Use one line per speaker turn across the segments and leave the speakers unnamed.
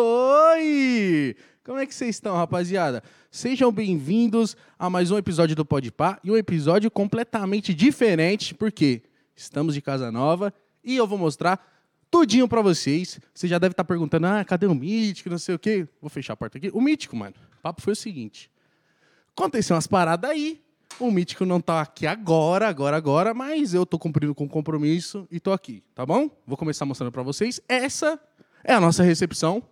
Oi! Como é que vocês estão, rapaziada? Sejam bem-vindos a mais um episódio do Pode Pá e um episódio completamente diferente, porque estamos de casa nova e eu vou mostrar tudinho pra vocês. Você já deve estar perguntando: "Ah, cadê o mítico? Não sei o quê". Vou fechar a porta aqui. O mítico, mano. O papo foi o seguinte: aconteceu umas paradas aí. O mítico não tá aqui agora, agora, agora, mas eu tô cumprindo com o compromisso e tô aqui, tá bom? Vou começar mostrando pra vocês. Essa é a nossa recepção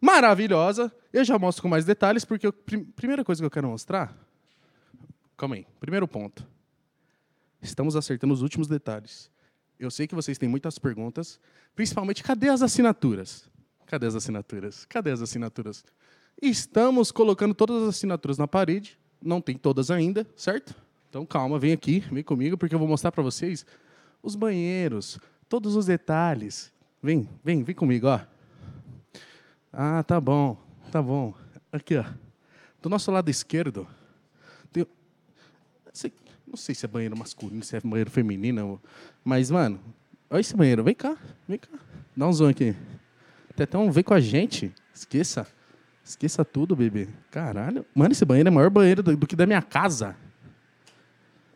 maravilhosa. Eu já mostro com mais detalhes, porque a primeira coisa que eu quero mostrar. Calma aí. Primeiro ponto. Estamos acertando os últimos detalhes. Eu sei que vocês têm muitas perguntas, principalmente cadê as assinaturas? Cadê as assinaturas? Cadê as assinaturas? Estamos colocando todas as assinaturas na parede, não tem todas ainda, certo? Então calma, vem aqui, vem comigo porque eu vou mostrar para vocês os banheiros, todos os detalhes. Vem, vem, vem comigo, ó. Ah, tá bom, tá bom. Aqui, ó. Do nosso lado esquerdo, tem... Esse- Não sei se é banheiro masculino, se é banheiro feminino, mas, mano, olha esse banheiro. Vem cá, vem cá. Dá um zoom aqui. Tem até um vem com a gente. Esqueça. Esqueça tudo, bebê. Caralho. Mano, esse banheiro é o maior banheiro do, do que da minha casa.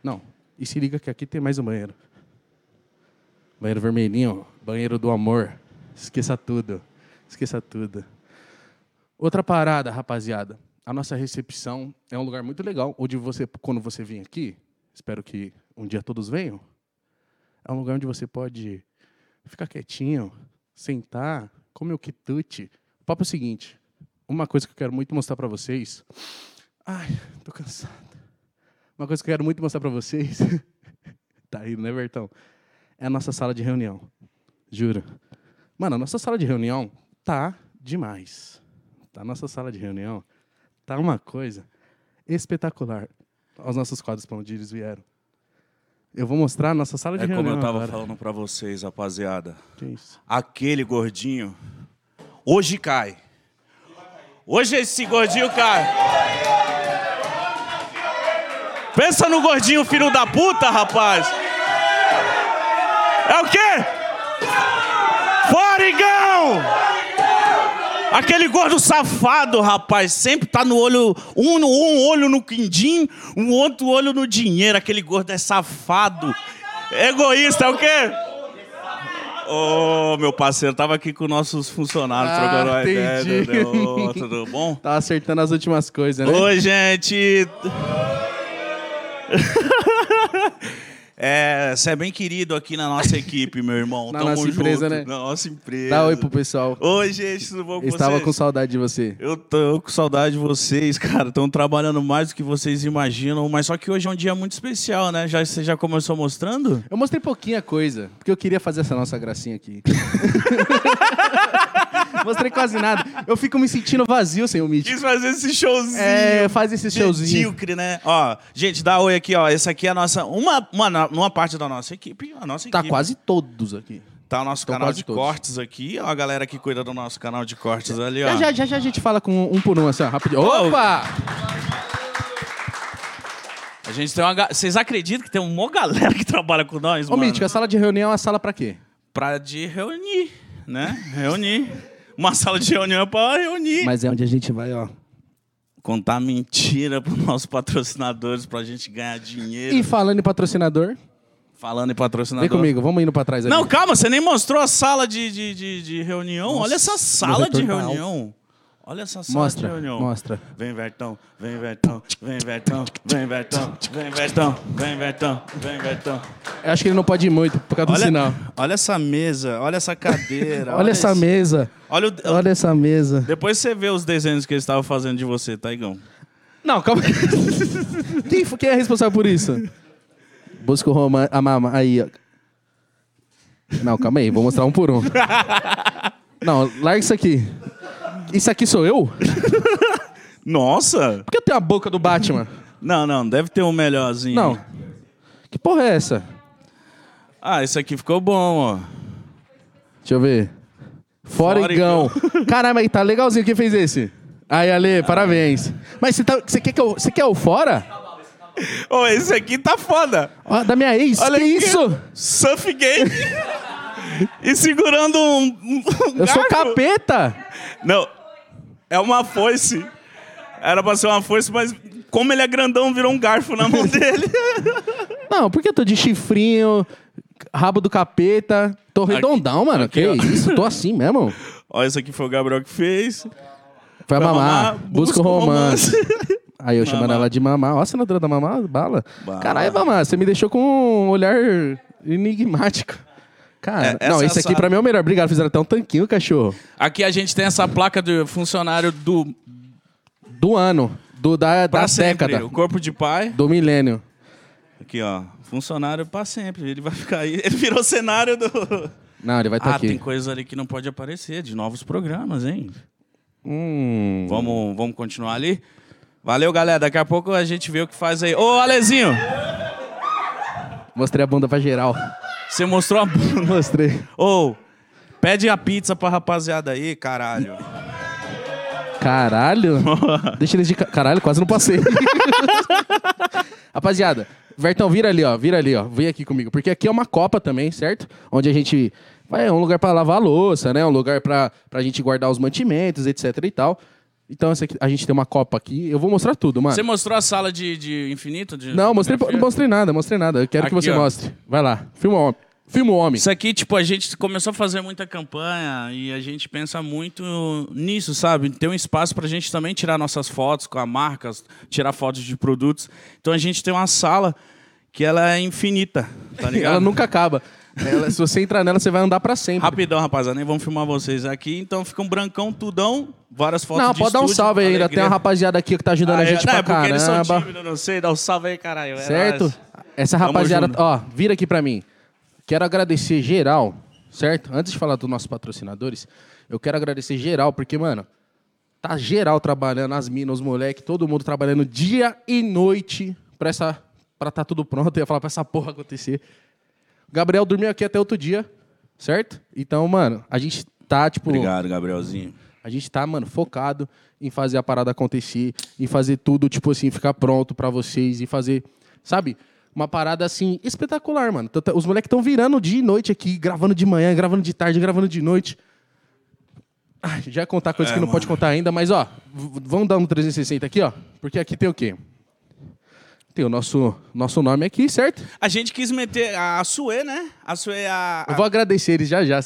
Não. E se liga que aqui tem mais um banheiro. Banheiro vermelhinho, banheiro do amor. Esqueça tudo. Esqueça tudo. Outra parada, rapaziada. A nossa recepção é um lugar muito legal, onde você, quando você vem aqui, espero que um dia todos venham, é um lugar onde você pode ficar quietinho, sentar, comer o quitute. O papo é o seguinte, uma coisa que eu quero muito mostrar para vocês... Ai, tô cansado. Uma coisa que eu quero muito mostrar para vocês... tá rindo, né, Bertão? É a nossa sala de reunião. Juro. Mano, a nossa sala de reunião tá demais. Tá, A nossa sala de reunião tá uma coisa espetacular. Olha Os nossos quadros para onde eles vieram. Eu vou mostrar a nossa sala de
É
reunião.
como eu tava
agora.
falando pra vocês, rapaziada.
Que isso?
Aquele gordinho hoje cai. Hoje é esse gordinho cai. Pensa no gordinho filho da puta, rapaz. É o quê? Forigão! Aquele gordo safado, rapaz, sempre tá no olho, um, no- um olho no quindim, um outro olho no dinheiro. Aquele gordo é safado. Egoísta, é o quê? Ô, meu parceiro, tava aqui com nossos funcionários
Ah,
trocando uma ideia.
entendi.
entendeu? Ô, tudo bom?
Tá acertando as últimas coisas, né?
Oi, gente! é, você é bem querido aqui na nossa equipe, meu irmão.
Na
Tamo
nossa
junto.
empresa, né?
Na nossa empresa.
Dá oi pro pessoal.
Oi, gente, tudo bom com
Estava
vocês?
com saudade de você.
Eu tô com saudade de vocês, cara. Estão trabalhando mais do que vocês imaginam, mas só que hoje é um dia muito especial, né? Já, você já começou mostrando?
Eu mostrei pouquinha coisa, porque eu queria fazer essa nossa gracinha aqui. mostrei quase nada. Eu fico me sentindo vazio sem o mítico.
Quis fazer esse showzinho.
É, faz esse showzinho.
Medíocre, né? Ó, gente, dá oi aqui, ó. Essa aqui é a nossa. Uma, uma, uma parte da nossa equipe. A nossa
Tá
equipe.
quase todos aqui.
Tá o nosso
Tão
canal
quase
de
Então todos.
cortes aqui. Ó, a galera que cuida do nosso canal de cortes ali, ó.
Já, já, já, já a gente fala com um por um, assim, ó, rapidinho. Opa!
A gente tem uma. ga- Vocês acreditam que tem uma galera que trabalha com nós,
Ô,
mano?
Mítico, a sala de reunião é a sala pra quê?
Pra de reunir, né? Reunir. Uma sala de reunião é pra reunir.
Mas é onde a gente vai, ó.
Contar mentira pros nossos patrocinadores pra gente ganhar dinheiro.
E falando em patrocinador,
Falando em patrocinador.
vem comigo, vamos indo pra trás ali.
Não, calma, você nem mostrou a sala de, de, de, de reunião. Olha essa sala de
retorno tá alto.
reunião. Olha essa sala de
mostra,
reunião.
mostra.
Vem, Vertão, vem, Vertão, vem, Vertão, vem, Vertão, vem, Vertão, vem, Vertão, vem, Vertão.
Eu acho que ele não pode ir muito por causa do sinal.
Olha, olha essa mesa, olha essa cadeira.
Olha essa
esse-
mesa.
Olha o-
Olha essa mesa.
Depois você vê os desenhos que eles estavam fazendo de você, tá, Igão?
Não, calma. quem, fo- quem é responsável por isso? Busca o Roman. A mama. Aí, ó. Não, calma aí. Vou mostrar um por um. Não, larga isso aqui. Isso aqui sou eu? Por
Nossa!
que eu tenho a boca do Batman?
Não, não, deve ter um melhorzinho.
Não. Que porra é essa?
Ah, esse aqui ficou bom, ó.
Deixa eu ver. Foregão. Caramba, aí tá legalzinho. Quem fez esse? Aí, Ale, parabéns. Mas você tá, você quer que eu. Você quer o fora?
Ô, esse aqui tá foda.
Ó, da minha ex?
Olha
que
aqui.
isso?
Surf gay. e segurando um. um
Eu sou
garfo.
capeta!
Não. É uma foice. Era pra ser uma foice, mas como ele é grandão, virou um garfo na mão dele.
Não, porque eu tô de chifrinho, rabo do capeta. Tô redondão, mano.
aqui,
que
ó.
isso? Tô assim mesmo.
Ó, isso aqui foi o Gabriel que fez.
Vai
Pra
mamar, busca o romance. Aí eu chamando
Mamar.
ela de mamar. Ó, a senadora da mamar, bala.
Bala.
Caralho, mamar, você me deixou com um olhar enigmático. Cara,
É,
não,
essa
esse aqui
sabe.
pra mim é o melhor. Obrigado, fizeram até um tanquinho, cachorro.
Aqui a gente tem essa placa do funcionário do
Do ano, do, da,
Pra
da
sempre.
década,
O corpo de pai.
do milênio.
Aqui, ó. Funcionário pra sempre. Ele vai ficar aí. Ele virou cenário do.
Não, ele vai estar
ah,
Tá aqui.
tem coisa ali que não pode aparecer, de novos programas, hein?
Hum,
Vamos, vamos continuar ali? Valeu, galera. Daqui a pouco a gente vê o que faz aí. Ô, Alezinho!
mostrei a bunda pra geral.
Você mostrou a bunda.
Mostrei.
Ô, pede a pizza pra rapaziada aí, caralho.
Caralho. Deixa eles de... ca- Caralho, quase não passei. Rapaziada, Vertão, vira ali, ó. Vira ali, ó. Vem aqui comigo. Porque aqui é uma copa também, certo? Onde a gente... Vai, é um lugar pra lavar a louça, né? Um lugar pra, pra gente guardar os mantimentos, etc e tal. Então, essa aqui- a gente tem uma copa aqui. Eu vou mostrar tudo, mano.
Você mostrou a sala de, de infinito? de
Não, mostrei, não
fotografia?
mostrei nada, mostrei nada. Eu quero que
Aqui,
você
ó.
mostre. Vai lá. Filma o homem. Filma o homem.
Isso aqui, tipo, a gente começou a fazer muita campanha e a gente pensa muito nisso, sabe? Tem um espaço pra gente também tirar nossas fotos com a marca, tirar fotos de produtos. Então a gente tem uma sala que ela é infinita, tá ligado?
Ela nunca acaba. Ela- se você entrar nela, você vai andar pra sempre.
Rapidão, rapaziada, nem vamos filmar vocês aqui. Então fica um brancão, tudão, várias fotos
Não,
de
pode dar um
estúdio,
salve aí. Ainda tem
alegria.
uma rapaziada aqui que tá ajudando
Ah,
a
é,
gente
não,
pra
é porque eles são
caramba.
tímidos, não sei. Dá um salve aí, caralho. É
Certo?
nóis.
Essa
Tamo
rapaziada,
junto.
ó, vira aqui pra mim. Quero agradecer geral, certo? Antes de falar dos nossos patrocinadores, eu quero agradecer geral, porque, mano, tá geral trabalhando, as minas, os moleques, todo mundo trabalhando dia e noite pra essa. pra tá tudo pronto. Eu ia falar pra essa porra acontecer. Gabriel dormiu aqui até outro dia, certo? Então, mano, a gente tá, tipo.
Obrigado, Gabrielzinho.
A gente tá, mano, focado em fazer a parada acontecer, em fazer tudo, tipo assim, ficar pronto pra vocês e fazer, sabe? Uma parada assim espetacular, mano. Tanto- Os moleques estão virando dia e noite aqui, gravando de manhã, gravando de tarde, gravando de noite. Ai, já ia contar coisa
É,
que não
mano.
pode contar ainda, mas ó, v- vamos dar um 360 aqui, ó, porque aqui tem o quê? Tem o nosso nosso nome aqui, certo?
A gente quis meter a Suê, né? A Suê é a.
Eu vou agradecer eles já já.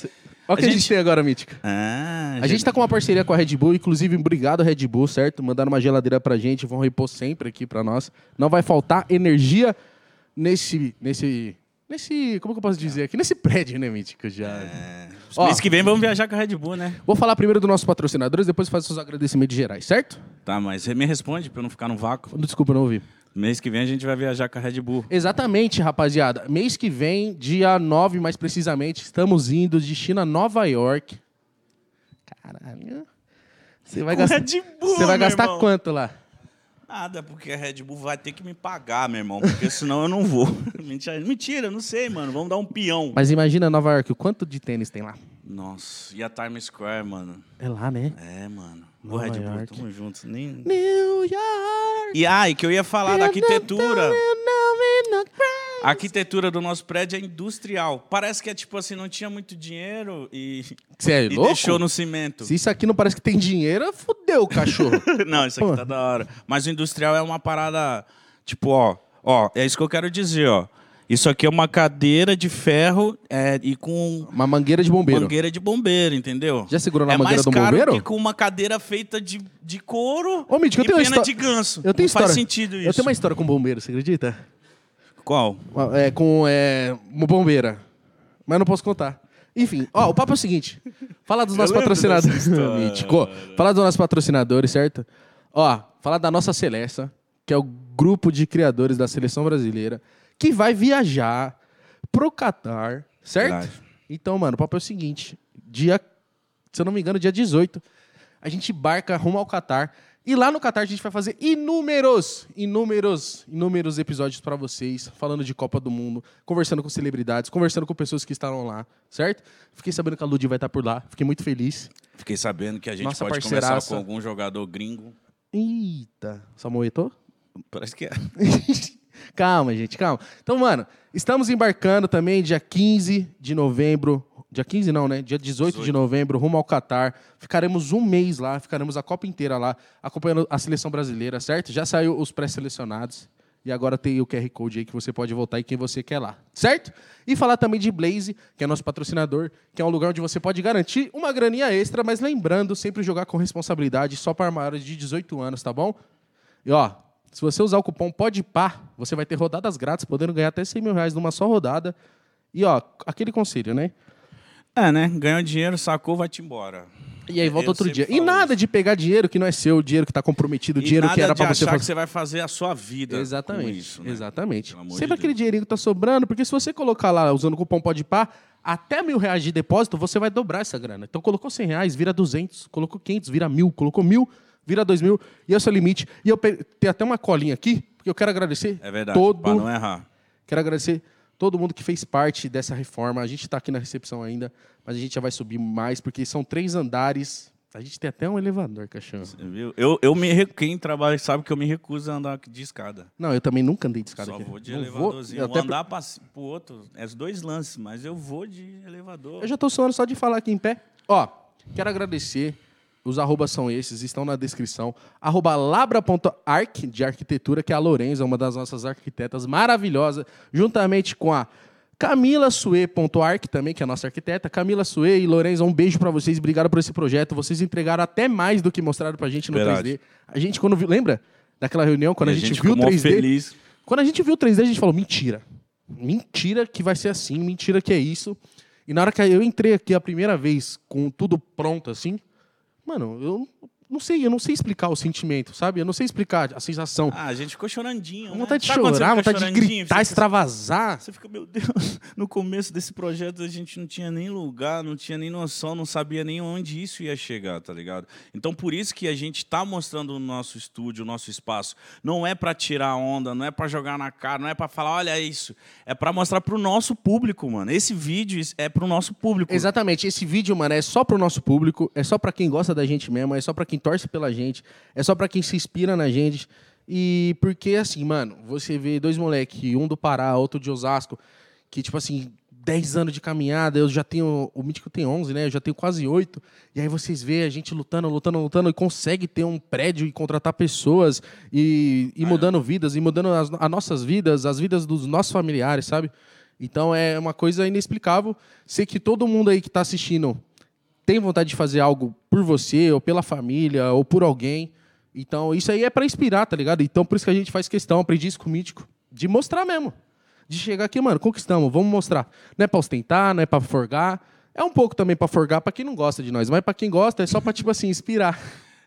Olha o que a gente
gente-
tem agora, Mítica.
Ah,
A gente tá com uma parceria com a Red Bull, inclusive, obrigado Red Bull, certo? Mandaram uma geladeira pra gente, vão repor sempre aqui pra nós. Não vai faltar energia nesse nesse nesse, como que eu posso dizer aqui? Nesse prédio, né, Mítico, já.
É.
Ó.
Mês que vem vamos viajar com a Red Bull, né?
Vou falar primeiro dos nossos patrocinadores, depois faço os agradecimentos gerais, certo?
Tá, mas você me responde pra eu não ficar no vácuo.
Desculpa, não ouvi.
Mês que vem a gente vai viajar com a Red Bull.
Exatamente, rapaziada. Mês que vem, dia 9, mais precisamente, estamos indo de China a Nova York. Caralho. Você vai
Com
gastar
Red Bull,
Você vai
meu
gastar
irmão.
quanto lá?
Nada, porque a Red Bull vai ter que me pagar, meu irmão. Porque senão eu não vou. Mentira, mentira, não sei, mano. Vamos dar um peão.
Mas imagina Nova York, o quanto de tênis tem lá?
Nossa, e a Times Square, mano?
É lá, né?
É, mano. O
Nova
Red Bull,
York.
tamo juntos. Nem...
New York.
E ai, que eu ia falar da arquitetura.
Não,
A arquitetura do nosso prédio é industrial. Parece que é tipo assim, não tinha muito dinheiro e,
Você é
e
louco?
deixou no cimento.
Se isso aqui não parece que tem dinheiro, fudeu, cachorro.
não, isso aqui
Pô.
tá da hora. Mas o industrial é uma parada, tipo, ó, ó, é isso que eu quero dizer, ó. Isso aqui é uma cadeira de ferro é, e com
Uma mangueira de bombeiro.
mangueira de bombeiro, entendeu?
Já segurou na
é
mangueira
mais
do
caro
bombeiro?
que com uma cadeira feita de, de couro
Ô, Mítico, eu
e
tenho uma
pena
histó-
de ganso.
Eu tenho
não
história.
faz sentido isso.
Eu tenho uma história com bombeiro, você acredita?
Qual?
É, com é, uma bombeira. Mas não posso contar. Enfim, ó, o papo é o seguinte. Falar dos nossos
lembro
patrocinadores.
dessa história.
Mítico. Falar dos nossos patrocinadores, certo? Ó, falar da nossa Celesta, que é o grupo de criadores da seleção brasileira, que vai viajar pro Catar, certo?
Verdade.
Então, mano, o papo é o seguinte. Dia, se eu não me engano, dia 18, a gente embarca rumo ao Catar. E lá no Catar a gente vai fazer inúmeros, inúmeros, inúmeros episódios pra vocês, falando de Copa do Mundo, conversando com celebridades, conversando com pessoas que estarão lá, certo? Fiquei sabendo que a Lud vai estar por lá, fiquei muito feliz.
Fiquei sabendo que a gente
Nossa
pode
parceiraça.
conversar com algum jogador gringo.
Eita, Samoeto?
Parece que é.
calma, gente, calma. Então, mano, estamos embarcando também dia 15 de novembro Dia 15 não, né? Dia 18, de novembro, rumo ao Catar. Ficaremos um mês lá, ficaremos a Copa inteira lá, acompanhando a seleção brasileira, certo? Já saiu os pré-selecionados. E agora tem o QR Code aí que você pode votar e quem você quer lá, certo? E falar também de Blaze, que é nosso patrocinador, que é um lugar onde você pode garantir uma graninha extra, mas lembrando, sempre jogar com responsabilidade, só para maiores de 18 anos, tá bom? E ó, se você usar o cupom PODPAR, você vai ter rodadas grátis, podendo ganhar até 100 mil reais numa só rodada. E ó, aquele conselho, né?
É, né? Ganhou dinheiro, sacou, vai-te embora.
E aí volta
Eu
outro
sempre
dia. E
falo
nada de pegar dinheiro que não é seu, dinheiro que tá comprometido,
E
dinheiro
nada
que era
de
pra você
achar
fazer.
que você vai fazer a sua vida. com
Exatamente.
isso, né?
Exatamente.
Pelo amor
Sempre
de
aquele
Deus.
dinheirinho que tá sobrando, porque se você colocar lá usando o cupom PODPAR, até mil reais de depósito, você vai dobrar essa grana. Então colocou 100 reais, vira 200, colocou 500, vira mil, colocou mil, vira dois mil, e esse é o limite. E eu pe- tenho até uma colinha aqui, porque eu quero agradecer
É verdade.
todo
Pra não errar.
Quero agradecer todo mundo que fez parte dessa reforma. A gente está aqui na recepção ainda, mas a gente já vai subir mais, porque são três andares. A gente tem até um elevador, cachorro.
Você viu? Eu, eu me recu- Quem trabalha sabe que eu me recuso a andar de escada.
Não, eu também nunca andei de escada
Só
aqui.
vou de
Não
elevadorzinho. um
eu
Vou,
até-
andar pra, ci- pro outro. É os dois lances, mas eu vou de elevador.
Eu já tô suando só de falar aqui em pé. Ó, quero agradecer. Os arrobas são esses, estão na descrição. Arroba labra.arc, de arquitetura, que é a Lorenza, uma das nossas arquitetas maravilhosa, juntamente com a Camila Sue.arc, também, que é a nossa arquiteta. Camila Sue e Lorenza, um beijo pra vocês. Obrigado por esse projeto. Vocês entregaram até mais do que mostraram pra gente no
Verdade.
3D. A gente, quando viu, lembra daquela reunião, quando
E
a, gente, viu o
ficou mó
3D?
feliz.
Quando a gente viu o 3D, a gente falou: mentira. Mentira que vai ser assim, mentira que é isso. E na hora que eu entrei aqui a primeira vez com tudo pronto assim, mano, eu não sei, eu não sei explicar o sentimento, sabe? Eu não sei explicar a sensação.
Ah, a gente ficou chorandinho. né?
vontade de
Sabe quando você
chorar,
fica
vontade de
chorandinho?
gritar,
Você fica- assim?
extravasar.
Você fica, meu Deus, no começo desse projeto a gente não tinha nem lugar, não tinha nem noção, não sabia nem onde isso ia chegar, tá ligado? Então por isso que a gente tá mostrando o nosso estúdio, o nosso espaço. Não é pra tirar onda, não é pra jogar na cara, não é pra falar, olha isso. É pra mostrar pro nosso público, mano. Esse vídeo é pro nosso público.
Exatamente, esse vídeo, mano, é só pro nosso público, é só pra quem gosta da gente mesmo, é só pra quem torce pela gente, é só pra quem se inspira na gente. E porque assim, mano, você vê dois moleque, um do Pará, outro de Osasco, que tipo assim, 10 anos de caminhada, eu já tenho, o Mítico tem 11, né? Eu já tenho quase 8. E aí vocês vê a gente lutando, lutando, lutando e consegue ter um prédio e contratar pessoas e, e mudando vidas, e mudando as, as nossas vidas, as vidas dos nossos familiares, sabe? Então é uma coisa inexplicável. Sei que todo mundo aí que está assistindo tem vontade de fazer algo por você, ou pela família, ou por alguém. Então isso aí é para inspirar, tá ligado? Então por isso que a gente faz questão, aprendi isso com o Mítico, de mostrar mesmo. De chegar aqui, mano, conquistamos, vamos mostrar. Não é pra ostentar, não é pra forgar. É um pouco também pra forgar pra quem não gosta de nós, mas pra quem gosta é só pra, tipo assim, inspirar.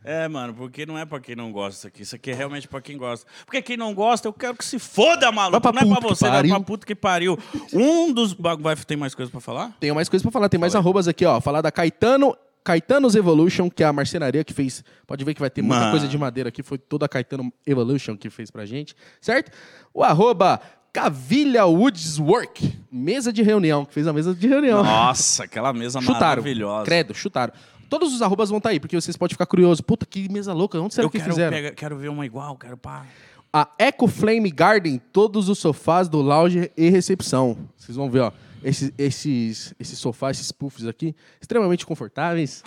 É, mano, porque não é pra quem não gosta isso aqui. Isso aqui é realmente pra quem gosta. Porque quem não gosta, eu quero que se foda, maluco.
Vai pra
não é pra
puta que
você, vai pra
pariu.
puta que pariu. Um dos. ba- Vai, tem mais coisa pra falar?
Tenho mais coisas pra falar, tem mais arrobas aqui, ó. Falar da Caetano, Caetano's Evolution, que é a marcenaria que fez. Pode ver que vai ter muita
Mano.
coisa de madeira aqui, foi toda a Caetano Evolution que fez pra gente, certo? O arroba Cavilha Woodswork, mesa de reunião, que fez a mesa de reunião.
Nossa, aquela mesa
chutaram.
maravilhosa.
Credo, chutaram. Todos os arrobas vão estar aí, porque vocês podem ficar curiosos. Puta, que mesa louca, onde será
eu
que
quero,
fizeram?
pegar- quero ver uma igual, quero pá.
A Eco Flame Garden, todos os sofás do lounge e recepção. Vocês vão ver, ó. Esses, esses, esses sofás, esses puffs aqui, extremamente confortáveis.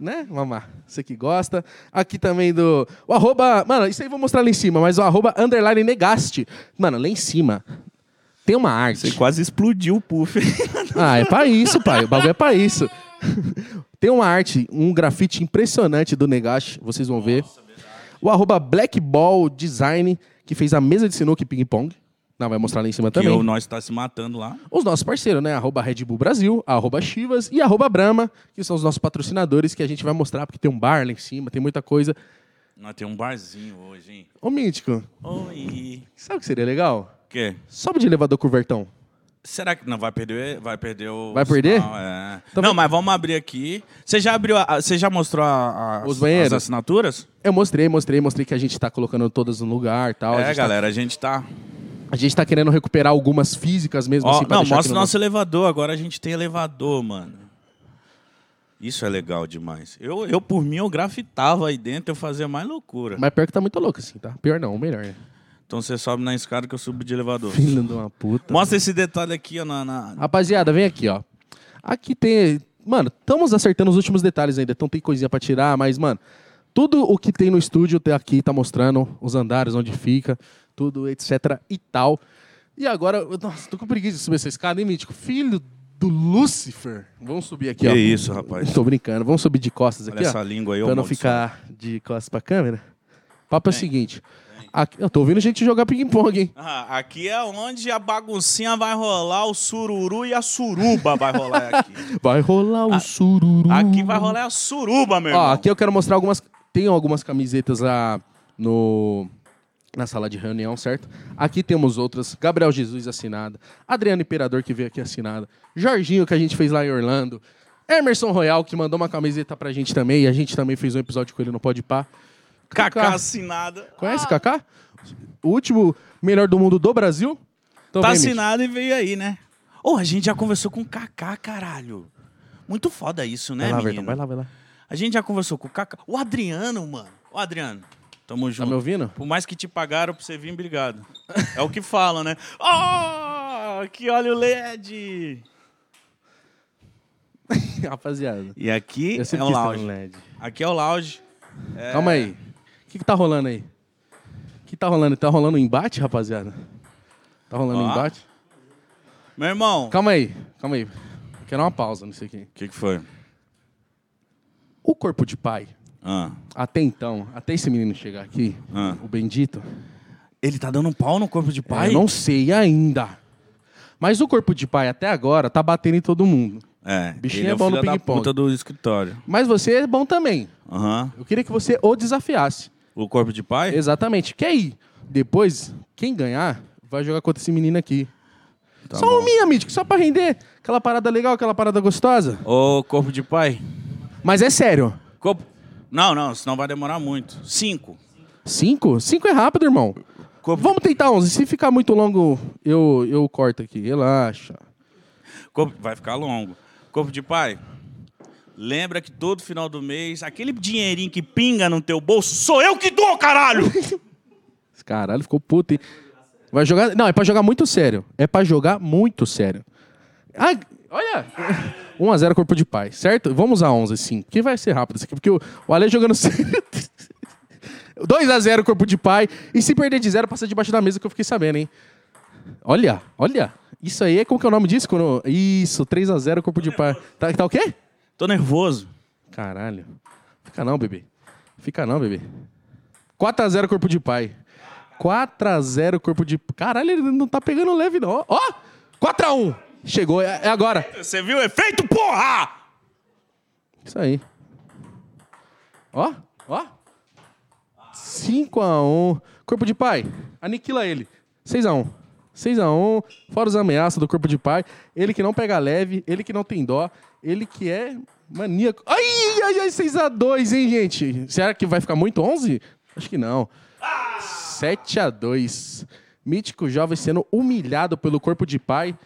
Né, mamá? Você que gosta. Aqui também do. O arroba. Mano, isso aí eu vou mostrar lá em cima, mas o arroba underline negaste. Mano, lá em cima. Tem uma arte.
quase explodiu o puff.
Ah, é pra isso, pai. O bagulho é pra isso. Tem uma arte, um grafite impressionante do Negashi, vocês vão ver. O arroba Blackball Design, que fez a mesa de sinuca e ping-pong. Não, vai mostrar lá em cima
que
também.
eu- nós tá se matando lá.
Os nossos parceiros, né? Arroba Red Bull Brasil, arroba Chivas e arroba Brahma, que são os nossos patrocinadores que a gente vai mostrar, porque tem um bar lá em cima, tem muita coisa.
Nós tem um barzinho hoje, hein?
Ô, Mítico,
Oi.
sabe o que seria legal?
O quê?
Sobe de elevador com o Vertão.
Será que não vai perder? Vai perder o.
Vai perder?
sinal, é.
Então
não, mas vamos abrir aqui. Você já abriu? a- a- Você já mostrou a- a-
Os banheiros?
as assinaturas?
Eu mostrei, mostrei, mostrei que a gente tá colocando todas no lugar e tal. a
É,
gente tá-
galera, a gente tá.
A gente tá querendo recuperar algumas físicas mesmo,
Ó,
assim, pra
não,
deixar
mostra o
aqui no
nosso elevador. Agora a gente tem elevador, mano. Isso é legal demais. Eu, eu, por mim, eu grafitava aí dentro, eu fazia mais loucura.
Mas pior que tá muito louco, assim, tá? Pior não, melhor, né?
Então você sobe na escada que eu subo de elevador.
Filho de uma puta.
Mostra esse detalhe aqui, ó, na. na-
Rapaziada, vem aqui, ó. Aqui tem. Mano, estamos acertando os últimos detalhes ainda, então tem coisinha pra tirar, mas, mano, tudo o que tem no estúdio tá aqui tá mostrando, os andares, onde fica, tudo, etc e tal. E agora, eu- nossa, tô com preguiça de subir essa escada, hein, Mítico? Filho do Lúcifer. Vamos subir aqui,
Que
ó.
isso, rapaz.
Tô brincando, vamos subir de costas
Olha
aqui, ó
essa língua aí, ô
pra não
maldição.
ficar de costas pra câmera. O papo é o seguinte. aqui- eu tô ouvindo gente jogar ping-pong, hein?
Ah, aqui é onde a baguncinha vai rolar, o sururu e a suruba vai rolar aqui.
Vai rolar o sururu.
Aqui vai rolar a suruba, meu
Ó,
irmão.
aqui é eu quero mostrar algumas. Tem algumas camisetas lá no. Na sala de reunião, certo? Aqui temos outras. Gabriel Jesus assinada. Adriano Imperador, que veio aqui assinada. Jorginho, que a gente fez lá em Orlando. Emerson Royal, que mandou uma camiseta pra gente também. E a gente também fez um episódio com ele no Pode Pá.
Cacá assinada.
Conhece Kaká? O último melhor do mundo do Brasil? Então
Tá
vem, Mitch.
assinado e veio aí, né? Ô, a gente já conversou com o Cacá, caralho. Muito foda isso, né,
Vai lá,
menino?
Vertão, vai lá, Tá vai lá.
A gente já conversou com o Cacá. O Adriano, mano. O Adriano. Tamo
Tá
junto.
me ouvindo?
Por mais que te pagaram pra você vir, obrigado. É o que falam, né? Oh, que óleo LED!
Rapaziada.
E aqui
Eu
é
sempre
o
quis ter um
lounge. É.
LED.
Aqui é o lounge.
Calma aí. O que, que tá rolando aí? O que tá rolando? Tá rolando um embate, rapaziada? Tá rolando um
Ó.
embate?
Meu irmão.
Calma aí, calma aí. Eu Quero uma pausa nisso aqui.
O que, que foi?
O corpo de pai,
Ah.
até então, até esse menino chegar aqui,
Ah.
o bendito, é,
Ele tá dando um pau no corpo de pai?
eu É, não sei ainda. Mas o corpo de pai até agora tá batendo em todo mundo.
É.
Bichinho
ele
é bom
o
no
filho da
ping-pong.
puta do escritório.
Mas você é bom também.
Aham.
Eu queria que você o desafiasse.
O corpo de pai?
Exatamente. Que aí, depois, quem ganhar vai jogar contra esse menino aqui.
Tá
só
bom.
um minha, Mítico, só pra render. Aquela parada legal, aquela parada gostosa.
Ô, corpo de pai.
Mas é sério.
Corpo... Não, não, senão vai demorar muito. Cinco.
Cinco? Cinco é rápido, irmão.
Corpo-
Vamos tentar onze. Se ficar muito longo, eu, eu corto aqui. Relaxa.
Corpo- Vai ficar longo. Corpo de pai, lembra que todo final do mês, aquele dinheirinho que pinga no teu bolso, sou eu que dou, caralho!
Esse caralho ficou puto, hein? Vai jogar... Não, é pra jogar muito sério. É pra jogar muito sério. Ah, olha... 1x0 corpo de pai, certo? Vamos a 11, sim. Porque vai ser rápido isso aqui. Porque o, o Ale jogando sério... 2x0 corpo de pai. E se perder de zero, passa debaixo da mesa que eu fiquei sabendo, hein? Olha, olha. Isso aí é... Como que é o nome disso? Quando... Isso, 3x0 corpo de pai. Tá, tá o quê?
Tô nervoso.
Caralho. Fica não, bebê. Fica não, bebê. 4x0 corpo de pai. 4x0 corpo de. Caralho, ele não tá pegando leve, não. Ó! 4x1! Chegou, é, é agora.
Você viu o efeito, porra?
Isso aí. Ó, ó. 5x1. Corpo de pai, aniquila ele. 6x1. 6x1. Fora os ameaças do corpo de pai. Ele que não pega leve, ele que não tem dó, ele que é maníaco. Ai, ai, ai, 6x2, hein, gente? Será que vai ficar muito 11? Acho que não. 7x2. Mítico jovem sendo humilhado pelo corpo de pai.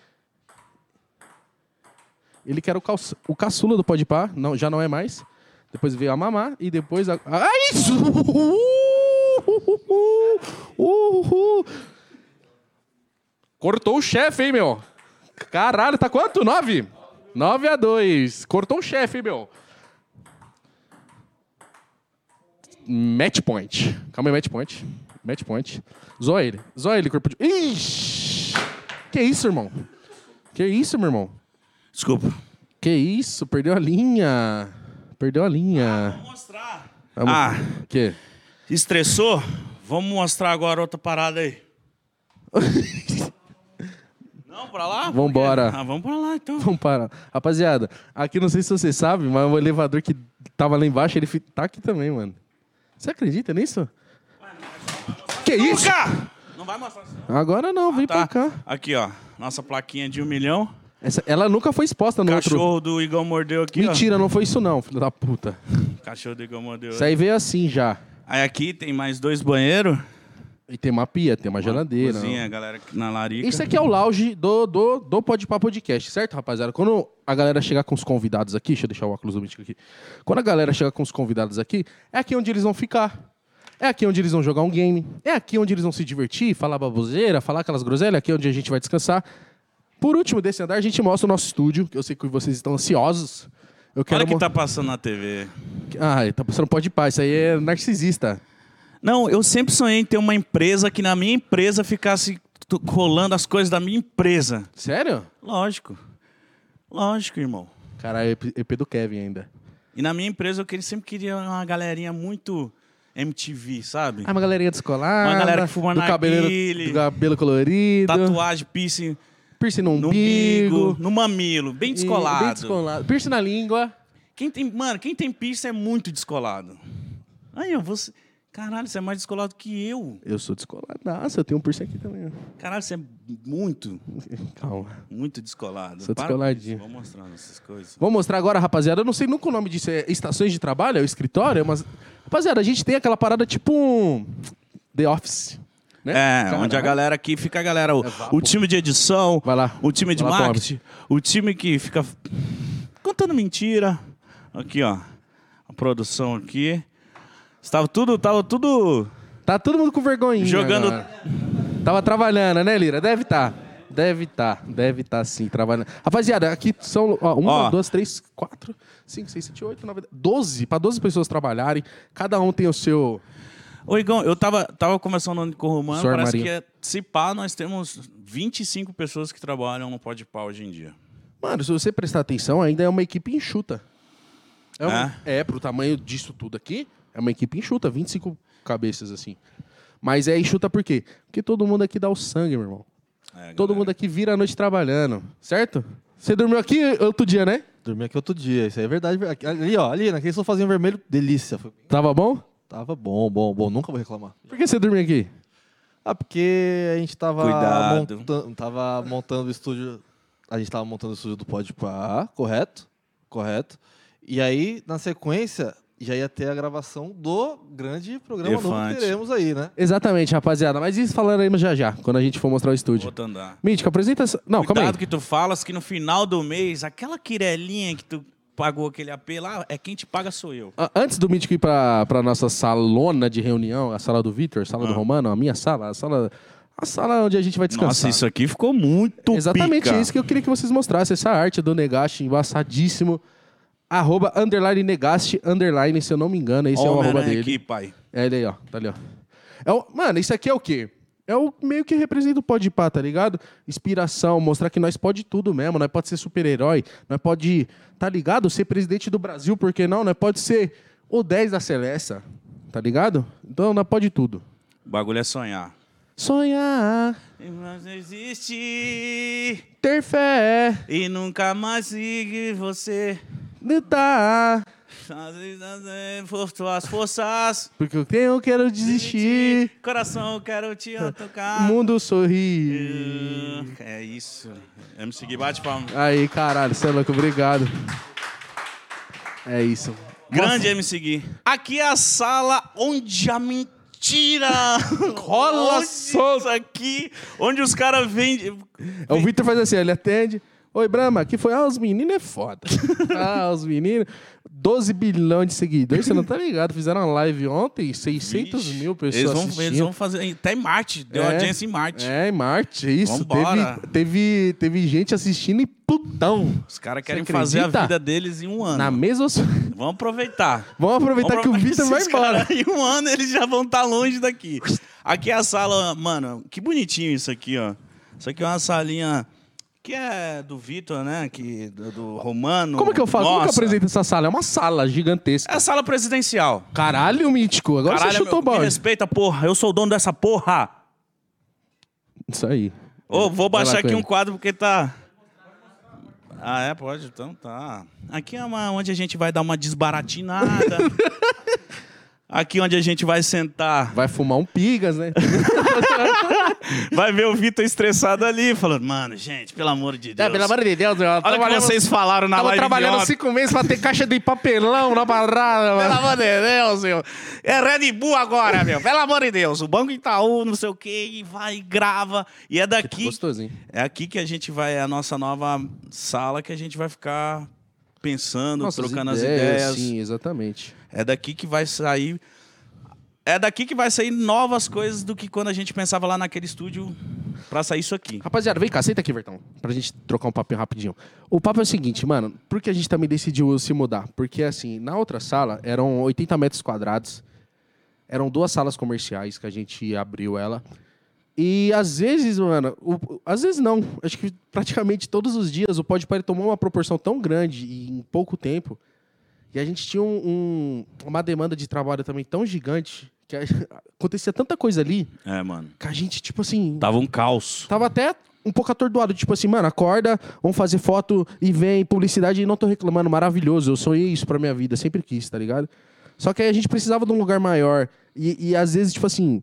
Ele que era o, calça- o caçula do Pode Pá, não, já não é mais. Depois veio a mamá e depois a. Ah, isso! Uhul! Uhul! Cortou o chefe, hein, meu? Caralho, tá quanto? 9? 9 a 2. Cortou o chefe, hein, meu? Match point. Calma aí, match point. Match point. Zoa ele. Zoa ele, corpo de. Ixi! Que isso, irmão? Que isso, meu irmão?
Desculpa.
Que isso, perdeu a linha. Perdeu a linha.
Vou mostrar.
Vamos-
Ah,
O quê?
estressou? Vamos mostrar agora outra parada aí. Não, pra lá?
Vambora.
Ah, vamos pra lá, então.
Vamos parar. Rapaziada, aqui não sei se você sabe, mas o elevador que tava lá embaixo, ele fi- tá aqui também, mano. Você acredita nisso? Que isso?
Nunca! Não vai mostrar isso, não.
Agora não, vem
Tá.
pra cá.
Aqui, ó. Nossa plaquinha de um milhão.
Essa- ela nunca foi exposta no outro.
Cachorro do Igor mordeu aqui,
Mentira, não foi isso não, filho da puta.
ó. Cachorro do Igor mordeu.
Isso aí veio assim já.
Aí aqui tem mais dois banheiros.
E tem uma pia, tem uma geladeira.
Cozinha, galera aqui na larica.
Isso aqui é o lounge do, do, do Pode Pá Podcast, certo, rapaziada? Quando a galera chegar com os convidados aqui, deixa eu deixar o óculos do mítico aqui. Quando a galera chegar com os convidados aqui, é aqui onde eles vão ficar. É aqui onde eles vão jogar um game. É aqui onde eles vão se divertir, falar baboseira, falar aquelas groselhas. Aqui é onde a gente vai descansar. Por último desse andar, a gente mostra o nosso estúdio, que eu sei que vocês estão ansiosos. Eu quero
Olha o que
mo-
tá passando na TV.
Ah, tá passando pó de paz. Isso aí é narcisista.
Não, eu sempre sonhei em ter uma empresa que na minha empresa ficasse tu- rolando as coisas da minha empresa.
Sério?
Lógico. Lógico, irmão.
Caralho, EP EP do Kevin ainda.
E na minha empresa eu queria- sempre queria uma galerinha muito MTV, sabe?
Ah, uma galerinha descolada.
Uma galera que fuma
do cabelo,
narguile.
do cabelo colorido.
Tatuagem, piercing
Piercing no
no
umbigo.
umbigo, no mamilo, bem
e-
descolado.
Bem descolado. Piercing na língua.
Quem tem, mano, quem tem piercing é muito descolado. Aí, ó, você... Caralho, você é mais descolado que eu.
Eu sou descoladaço, eu tenho um piercing aqui também. ó.
Caralho, você é muito,
Calma.
muito descolado.
Sou
Para com
descoladinho.
isso, Vou mostrando essas coisas.
Vou mostrar agora, rapaziada. Eu não sei nunca o nome disso. É estações de trabalho? É o escritório? É umas... Rapaziada, a gente tem aquela parada tipo um... The Office. Né?
É,
Caralho.
onde a galera aqui fica a galera, o,
É vapo.
o time de edição,
Vai lá.
Ah, o time de
Vai lá,
marketing, o time que fica f- contando mentira. Aqui, ó. A produção aqui. Estava tudo, tava tudo
Tá todo mundo com vergonhinha.
Jogando-
agora. Tava trabalhando, né, Lira? Deve tá. Deve tá. Deve tá sim, trabalhando. Rapaziada, aqui são ó, uma,
Ó.
duas, três, quatro, cinco, seis, sete, oito, nove, dez, doze. Pra 12 pessoas trabalharem. Cada um tem o seu.
Ô, Igão, eu tava, tava conversando com o Romano,
Senhor
parece
Maria.
que é, se pá, nós temos 25 pessoas que trabalham no Pode Pá hoje em dia.
Mano, se você prestar atenção, ainda é uma equipe enxuta. É, um-
É?
é, pro tamanho disso tudo aqui, é uma equipe enxuta, 25 cabeças assim. Mas é enxuta por quê? Porque todo mundo aqui dá o sangue, meu irmão.
É,
Todo
galera.
mundo aqui vira a noite trabalhando, certo? Você dormiu aqui outro dia, né?
Dormi aqui outro dia, isso aí é verdade. ver- Ali, ó, ali, naquele sofazinho vermelho, delícia. Foi-
Tava bom?
Tava bom, bom, bom, nunca vou reclamar.
Por que você dormiu aqui?
Ah, porque a gente tava,
Cuidado.
montan- tava montando o estúdio. A gente tava montando o estúdio do Pode Pá, correto? Correto. E aí, na sequência, já ia ter a gravação do grande programa novo
Defante.
que teremos aí, né?
Exatamente, rapaziada. Mas isso falaremos já já, quando a gente for mostrar o estúdio.
Outro andar.
Mítico, apresenta. essa- Não, calma aí.
Cuidado que tu falas que no final do mês, aquela quirelinha que tu pagou aquele AP lá, é quem te paga sou eu.
Ah, Antes do Mítico ir pra, pra nossa salona de reunião, a sala do Vitor, a sala do Romano, a minha sala, a sala. A sala onde a gente vai descansar.
Nossa, isso aqui ficou muito
Exatamente é
pica.
isso que eu queria que vocês mostrassem. Essa arte do Negashi, embaçadíssimo. Arroba underline Negashi, underline, se eu não me engano, esse é o arroba
Homem-Aranha
dele.
aqui, pai.
É ele aí, ó. Tá ali, ó. É o- Mano, isso aqui é o quê? É o meio que representa o pode pá, tá ligado? Inspiração, mostrar que nós pode tudo mesmo, nós pode ser super-herói, nós pode, tá ligado? Ser presidente do Brasil, por que não? Nós pode ser o 10 da Celeste, tá ligado? Então nós pode tudo.
O bagulho é sonhar.
Sonhar,
E Mas não existe
ter fé,
e nunca mais sigue você.
lutar,
Por tuas forças.
porque eu tenho, eu quero desistir,
Coração, eu quero te
o
tocar.
mundo sorri.
É isso. MC Gui, bate palma.
Aí, caralho, você é louco, obrigado. É isso.
Grande MC Gui. Aqui é a sala onde a mentira
Rola
Onde isso aqui, onde os caras vendem.
É, O Victor faz assim, ó, ele atende. Oi, Brahma, que foi? Ah, os meninos é foda. ah, os meninos. 12 bilhões de seguidores, você não tá ligado. Fizeram uma live ontem, 600
Vixe,
mil pessoas
eles vão,
assistindo.
eles vão fazer até em Marte, deu
É.
audiência em Marte.
É, em Marte, isso.
Vambora.
Teve, teve, teve gente assistindo em Plutão.
Os caras querem
Você
fazer a
acredita?
vida deles em um ano.
Na mesma...
Vamos aproveitar.
Vamos aproveitar que o Victor vai
esses
embora.
caras Em um ano eles já vão estar longe daqui. Aqui é a sala, mano, que bonitinho isso aqui, ó. Isso aqui é uma salinha que é do Vitor, né? Que, do, do Romano.
Como é que eu falo? Como que eu
Nossa.
apresento essa sala? É uma sala
É
gigantesca.
a sala presidencial.
Caralho, mítico. Agora
Caralho,
você chutou o
meu, me
balde.
respeita, porra. Eu sou o dono dessa porra.
Isso aí.
Ô, vou
Vai lá
baixar
com
aqui um
ele.
quadro porque tá. Ah, é? Pode? Então tá. Aqui é uma, onde a gente vai dar uma desbaratinada. aqui onde a gente vai sentar.
Vai fumar um pigas, né?
Vai ver o Vitor estressado ali, falando, mano, gente, É, pelo amor de Deus.
de Deus, meu,
Olha o que
trabalhamos-
vocês falaram na
Tava
live
trabalhando
de ontem.
cinco meses pra ter caixa de papelão na parada,
Pelo
mano.
amor de Deus, meu. É Red Bull agora, meu. Pelo amor de Deus. O Banco Itaú, não sei o quê, e vai, e grava. E é daqui
Gostosinho.
É aqui que a gente vai, é a nossa nova sala que a gente vai ficar pensando, trocando as ideias.
Sim, exatamente.
É daqui que vai sair É daqui que vai sair novas coisas do que quando a gente pensava lá naquele estúdio pra sair isso aqui.
Rapaziada, vem cá, senta aqui, Vertão, pra gente trocar um papinho rapidinho. O papo é o seguinte, mano, por que a gente também decidiu se mudar? Porque, assim, na outra sala eram 80 metros quadrados, eram duas salas comerciais que a gente abriu ela. E às vezes, mano, o- às vezes não, acho que praticamente todos os dias o Pode Pare tomou uma proporção tão grande e em pouco tempo. E a gente tinha um- um- uma demanda de trabalho também tão gigante que a- acontecia tanta coisa ali
É, mano.
que a gente, tipo assim,
Tava um caos.
Tava até um pouco atordoado, tipo assim, mano, acorda, vamos fazer foto e vem publicidade e não tô reclamando, maravilhoso, eu sonhei isso pra minha vida, sempre quis, tá ligado? Só que aí a gente precisava de um lugar maior e, e às vezes, tipo assim,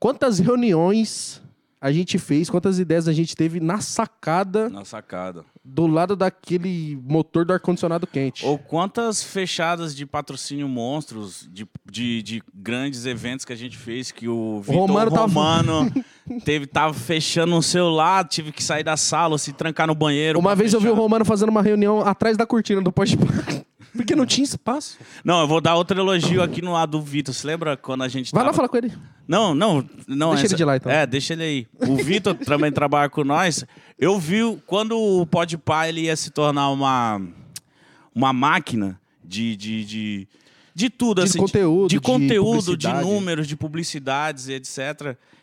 quantas reuniões a gente fez, quantas ideias a gente teve na sacada
Na sacada.
do lado daquele motor do ar-condicionado quente.
Ou quantas fechadas de patrocínio monstros, de, de, de grandes eventos que a gente fez, que o Vitor
Romano
Romano,
tava-
teve, tava fechando um celular, tive que sair da sala, se trancar no banheiro.
Uma
pra
vez eu vi o
fechar.
Romano fazendo uma reunião atrás da cortina do poste porque não tinha espaço.
Não, eu vou dar outro elogio aqui no lado do Vitor. Você lembra quando a gente
Vai lá
tava-
falar com ele.
Não, não, não.
Deixa ele de lá, então.
É, deixa ele aí. O Vitor também trabalha com nós. Eu vi o- quando o Podpah ele ia se tornar uma, uma máquina de, de, de, de tudo.
De
assim,
conteúdo,
De,
de
conteúdo, de,
publicidade. né?
números, de publicidades, e etc.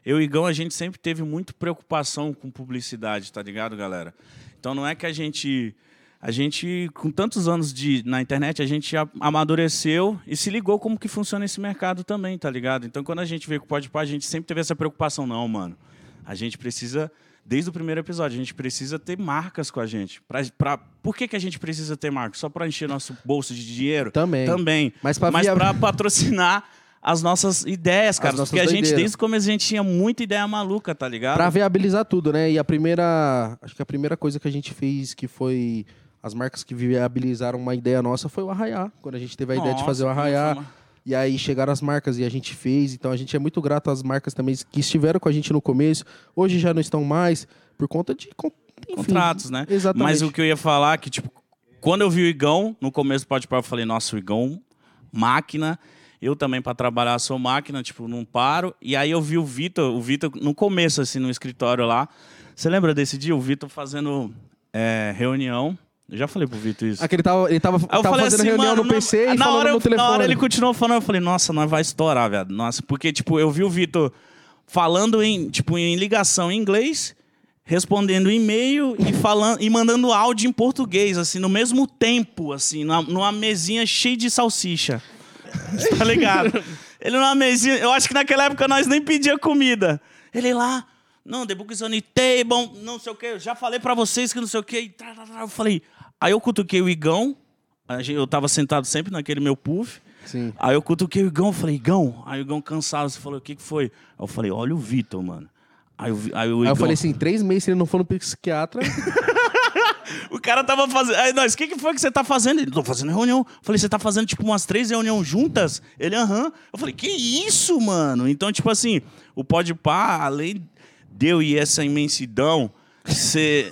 Eu e Igão, a gente sempre teve muito preocupação com publicidade, tá ligado, galera? Então não é que a gente... A gente, com tantos anos de, na internet, a gente a- amadureceu e se ligou como que funciona esse mercado também, tá ligado? Então, quando a gente veio com o Podpah, a gente sempre teve essa preocupação. Não, mano, a gente precisa, desde o primeiro episódio, a gente precisa ter marcas com a gente. Pra, pra, por que, que a gente precisa ter marcas? Só para encher nosso bolso de dinheiro?
Também.
Também.
Mas pra via-
pra patrocinar as nossas ideias, cara.
nossas
porque a gente,
doideiras.
desde o começo, a gente tinha muita ideia maluca, tá ligado?
Pra viabilizar tudo, né? E a primeira. Acho que a primeira coisa que a gente fez que foi. As marcas que viabilizaram uma ideia nossa foi o Arraiá. Quando a gente teve a ideia de
Nossa,
fazer o
como foi
Arraiá.
uma-
E aí chegaram as marcas e a gente fez. Então a gente é muito grato às marcas também que estiveram com a gente no começo. Hoje já não estão mais. Por conta de. con- enfim,
Contratos, né?
Exatamente.
Mas o que eu ia falar é que, tipo, quando eu vi o Igão, no começo do podcast, eu falei, nossa, o Igão, máquina. Eu também, para trabalhar, sou máquina, tipo, não paro. E aí eu vi o Vitor, o Vitor, no começo, assim, no escritório lá. Você lembra desse dia? O Vitor fazendo é, reunião. Eu já falei pro Vitor isso.
Ah, que ele tava, ele tava,
Aí eu
tava
falei
fazendo
assim,
reunião
mano,
no
na-
PC e
na
falando
hora, eu-
no telefone.
Na hora ele continuou falando, eu falei, nossa, nós vai estourar, viado. Nossa, porque, tipo, eu vi o Vitor falando em, tipo, em ligação em inglês, respondendo e-mail e, falando, e mandando áudio em português, assim, no mesmo tempo, assim, numa, numa mesinha cheia de salsicha. tá ligado? Ele numa mesinha. Eu acho que naquela época nós nem pedia comida. Ele lá. Não, The Book is on the table, não sei o quê. Eu já falei pra vocês que não sei o quê. e tá, tá, tá. Eu falei. Aí eu cutuquei o Igão. a gen- Eu tava sentado sempre naquele meu puff.
Sim.
Aí eu cutuquei o Igão, falei, Igão. Aí o Igão cansado, você falou, o que que foi? Aí eu falei, olha o Vitor, mano. Aí, o Vi- aí o
Aí eu
Igão-
falei assim: três meses se ele não for no psiquiatra.
Tá O cara tava fazendo. Aí nós, o que, que foi que você tá fazendo? Ele, tô fazendo reunião. Eu falei, você tá fazendo tipo umas três reuniões juntas? Ele, aham. Eu falei, que isso, mano? Então, tipo assim, o pode pá, além de eu e essa imensidão, você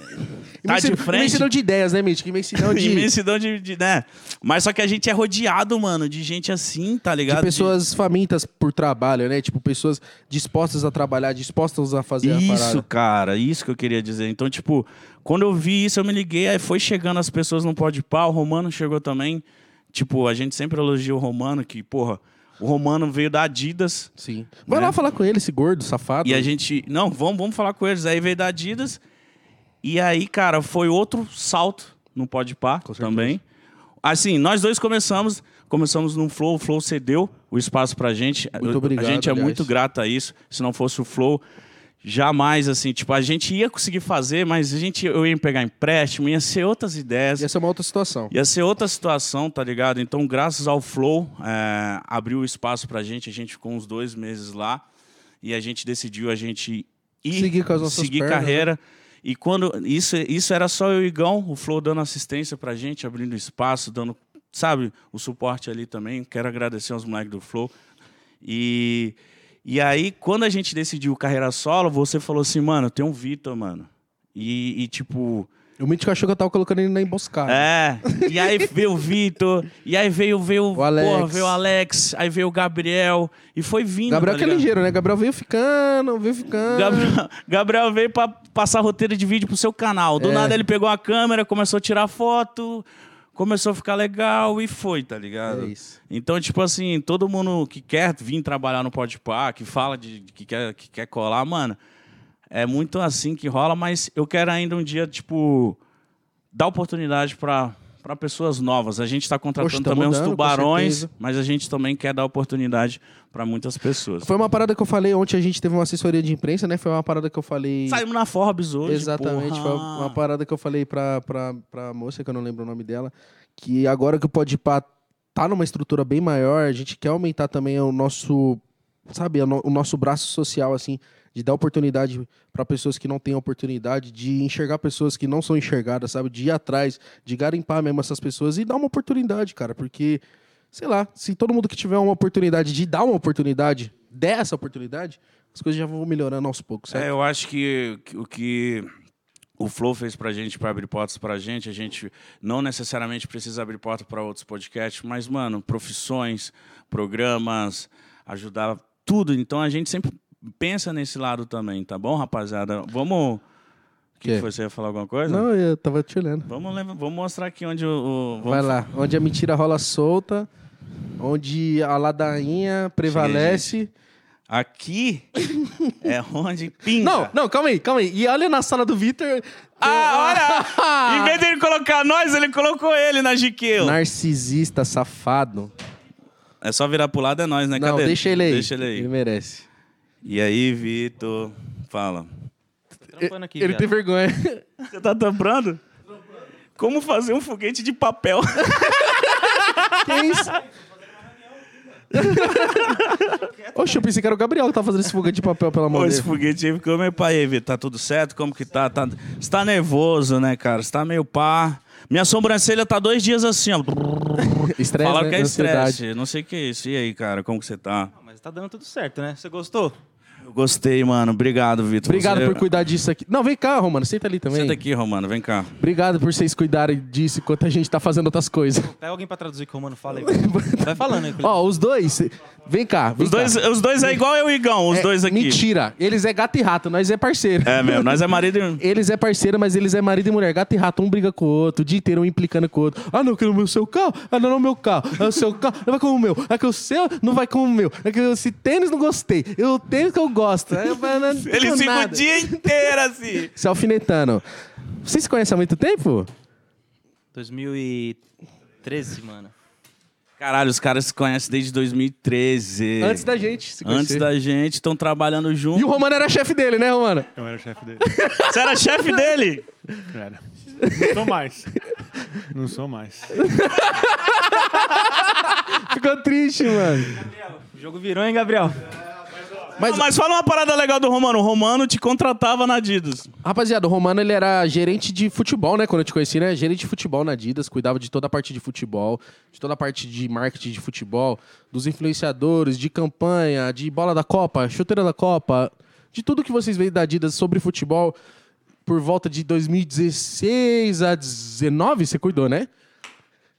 tá de
Imensi-
frente.
Imensidão de ideias, né, Mitch? Imensidão de.
Imensidão de, de- né? Mas só que a gente é rodeado, mano, de gente assim, tá ligado?
De
De-
pessoas famintas por trabalho, né? Tipo, pessoas dispostas a trabalhar, dispostas a fazer a
Isso,
parada.
cara, isso que eu queria dizer. Então, tipo, quando eu vi isso, eu me liguei, aí foi chegando as pessoas no pó de pau, o Romano chegou também. Tipo, a gente sempre elogia o Romano, que, porra, o Romano veio da Adidas.
Sim. Vai
Né?
lá falar com ele, esse gordo, safado.
E a gente. Não, vamos, vamos falar com eles. Aí veio da Adidas. E aí, cara, foi outro salto no Podpah também. Assim, nós dois começamos, começamos no Flow, o Flow cedeu o espaço pra gente.
Muito obrigado,
A gente é
aliás.
muito grato a isso. Se não fosse o Flow, jamais assim, tipo, a gente ia conseguir fazer, mas a gente eu ia pegar empréstimo, ia ser outras ideias.
Essa é uma outra situação.
Ia ser outra situação, tá ligado? Então, graças ao Flow, é, abriu o espaço pra gente. A gente ficou uns dois meses lá e a gente decidiu a gente ir
Seguir com as nossas
seguir
pernas, né?
carreira. E quando isso, isso era só eu e o Igão, o Flow dando assistência pra gente, abrindo espaço, dando, sabe, o suporte ali também. Quero agradecer aos moleques do Flow. E, e aí, quando a gente decidiu carreira solo, você falou assim, mano, tem um Vitor, mano. E, e, tipo,
O Mítico achou que eu tava colocando ele na emboscada.
É. E aí veio o Vitor, e aí veio, veio,
O Alex.
porra, veio o Alex, aí veio o Gabriel, e foi vindo.
Gabriel
tá
que é
ligado?
ligeiro, né? Gabriel veio ficando, veio ficando.
Gabriel, Gabriel veio pra passar roteiro de vídeo pro seu canal. Do
É.
nada ele pegou a câmera, começou a tirar foto, começou a ficar legal e foi, tá ligado?
É isso.
Então, tipo assim, todo mundo que quer vir trabalhar no Podpah, que fala de que quer, que quer colar, mano, é muito assim que rola, mas eu quero ainda um dia, tipo, dar oportunidade pra para pessoas novas. A gente tá contratando
Poxa, tá
também uns
mudando, com
tubarões,
certeza.
mas a gente também quer dar oportunidade pra muitas pessoas.
Foi uma parada que eu falei ontem, a gente teve uma assessoria de imprensa, né? Foi uma parada que eu falei.
Saímos na Forbes hoje,
Exatamente,
porra.
foi uma parada que eu falei pra, pra, pra moça, que eu não lembro o nome dela, que agora que o Podpah tá numa estrutura bem maior, a gente quer aumentar também o nosso, sabe, o no- o nosso braço social, assim, de dar oportunidade pra pessoas que não têm oportunidade, de enxergar pessoas que não são enxergadas, sabe, de ir atrás, de garimpar mesmo essas pessoas e dar uma oportunidade, cara, porque, sei lá, se todo mundo que tiver uma oportunidade de dar uma oportunidade, der essa oportunidade, as coisas já vão melhorando aos poucos,
É,
certo?
eu acho que, que o que o Flow fez pra gente, pra abrir portas pra gente, a gente não necessariamente precisa abrir porta pra outros podcasts, mas, mano, profissões, programas, ajudar tudo. Então a gente sempre pensa nesse lado também, tá bom, rapaziada? Vamos. O que,
Quê?
que foi? Você ia falar alguma coisa?
Não, eu tava te olhando.
Vamos, levar- vamos mostrar aqui onde o. o-
Vai
vamos-
lá, onde a mentira rola solta, onde a ladainha prevalece.
Aqui é onde pinga.
Não, não, calma aí, calma aí. E olha na sala do Vitor.
Ah, olha! Em vez dele colocar nós, ele colocou ele na Jiqueu.
Narcisista safado.
É só virar pro lado, é nós, né?
não,
Cadê?
deixa ele aí.
Deixa ele aí.
merece.
E aí, Vitor? Fala.
Ele, tem vergonha.
Você tá tambrando? Como fazer um foguete de papel?
que isso? Oxe, eu pensei que era o Gabriel que tava fazendo esse foguete de papel, pelo
Pô,
amor de
esse
Deus.
foguete aí ficou meio pá. E aí, Vitor, tá tudo certo? Como que tá? tá? Você tá nervoso, né, cara? Você tá meio pá. Minha sobrancelha tá dois dias assim, ó.
Estresse,
Falaram
né?
que é
Ansiedade.
estresse. Não sei o que é isso. E aí, cara, como que você tá?
Não, mas tá dando tudo certo, né? Você gostou?
Eu gostei, mano. Obrigado, Vitor.
Obrigado
Você- é-
por cuidar disso aqui. Não, vem cá, Romano, senta ali também.
Senta aqui, Romano. Vem cá.
Obrigado por vocês cuidarem disso enquanto a gente tá fazendo outras coisas.
Pega alguém pra traduzir o que o Romano fala aí. Vai falando aí. Felipe.
Ó, os dois. Vem cá. vem
Os dois,
cá.
os dois é igual eu e Igão, os
É,
dois aqui.
Mentira. Eles é gato e rato, nós é parceiro.
É mesmo, nós é marido e...
Eles é parceiro, mas eles é marido e mulher. Gato e rato, um briga com o outro, o dia inteiro um implicando com o outro. Ah, não, que é o meu seu carro. Ah, não, não, meu carro. É o seu carro, não vai com o meu. É que o seu não vai com o meu. É que esse tênis não gostei. Eu o tênis que eu gosto. É, mas não
Ele
tenho
fica o
nada.
dia inteiro assim.
Se alfinetando. Vocês se conhecem há muito tempo?
2013, mano.
Caralho, os caras se conhecem desde 2013.
Antes da gente se conhecer.
Antes da gente, estão trabalhando
E o
junto.
Romano era chefe dele, né, Romano?
Eu era o chefe dele.
Você era chefe dele?
Era. Não sou mais. Não sou mais.
Ficou triste, mano.
O jogo virou, hein, Gabriel?
Mas, mas fala uma parada legal do Romano. O Romano te contratava na Adidas.
Rapaziada, o Romano ele era gerente de futebol, né? Quando eu te conheci, né? Gerente de futebol na Adidas, cuidava de toda a parte de futebol, de toda a parte de marketing de futebol, dos influenciadores, de campanha, de bola da Copa, chuteira da Copa, de tudo que vocês veem da Adidas sobre futebol por volta de 2016 a 19, você cuidou, né?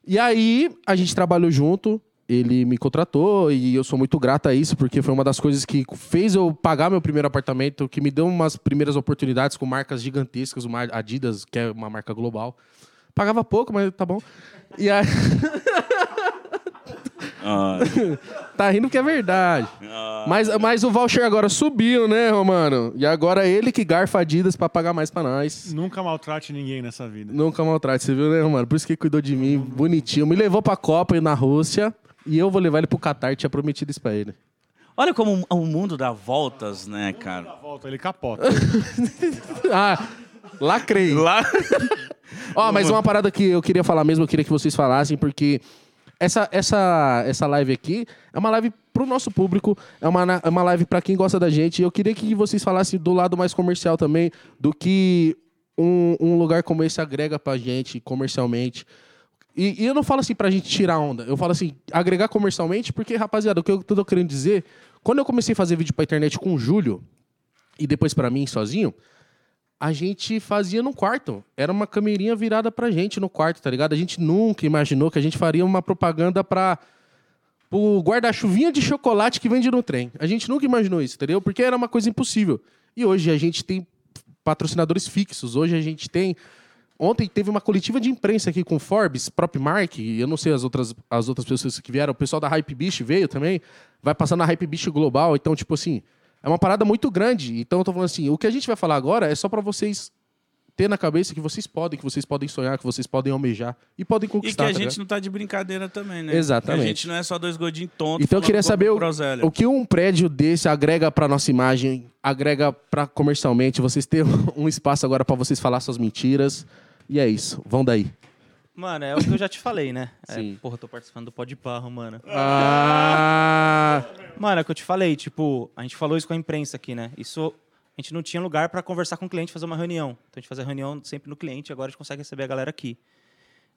E aí, a gente trabalhou junto, ele me contratou e eu sou muito grato a isso, porque foi uma das coisas que fez eu pagar meu primeiro apartamento, que me deu umas primeiras oportunidades com marcas gigantescas, uma Adidas, que é uma marca global. Pagava pouco, mas tá bom. E aí,
Ah,
tá rindo porque é verdade. Mas, mas o voucher agora subiu, né, Romano? E agora é ele que garfa Adidas pra pagar mais pra nós.
Nunca maltrate ninguém nessa vida.
Nunca maltrate, você viu, né, mano? Por isso que ele cuidou de mim, bonitinho. Me levou pra Copa na Rússia. E eu vou levar ele pro Catar, tinha prometido isso pra ele.
olha como o mundo dá voltas, né, cara?
Volta, ele capota.
Ah, lacrei.
Lá...
Ó, mas uma parada que eu queria falar mesmo, eu queria que vocês falassem, porque essa, essa, essa live aqui é uma live pro nosso público, é uma, na- é uma live pra quem gosta da gente. E eu queria que vocês falassem do lado mais comercial também, do que um, um lugar como esse agrega pra gente comercialmente. E, e eu não falo assim pra gente tirar onda, eu falo assim, agregar comercialmente, porque, rapaziada, o que eu tô querendo dizer, quando eu comecei a fazer vídeo pra internet com o Júlio, e depois pra mim sozinho, a gente fazia no quarto. Era uma camerinha virada pra gente no quarto, tá ligado? A gente nunca imaginou que a gente faria uma propaganda pra. O guarda-chuvinha de chocolate que vende no trem. A gente nunca imaginou isso, entendeu? Porque era uma coisa impossível. E hoje a gente tem patrocinadores fixos. Hoje a gente tem. Ontem teve uma coletiva de imprensa aqui com Forbes, próprio Mark, e eu não sei as outras, as outras pessoas que vieram. O pessoal da Hype Beast veio também. Vai passar na Hype Beast Global. Então, tipo assim, é uma parada muito grande. Então eu tô falando assim, o que a gente vai falar agora é só para vocês ter na cabeça que vocês podem, que vocês podem sonhar, que vocês podem almejar e podem
E que
conquistar.
a
tá
gente
ligado?
não tá de brincadeira também, né?
Exatamente.
Que a gente não é só dois gordinhos tontos.
Então eu
falando
queria
com-
saber o,
groselha.
o que um prédio desse agrega pra nossa imagem, agrega pra comercialmente, vocês terem um espaço agora pra vocês falar suas mentiras. E é isso, vão daí.
Mano, é o que eu já te falei, né? É,
Sim.
porra, tô participando do pó de parro, mano.
Ah,
Mano, é o que eu te falei, tipo, a gente falou isso com a imprensa aqui, né? Isso a gente não tinha lugar pra conversar com o cliente, fazer uma reunião. Então a gente fazia reunião sempre no cliente, agora a gente consegue receber a galera aqui.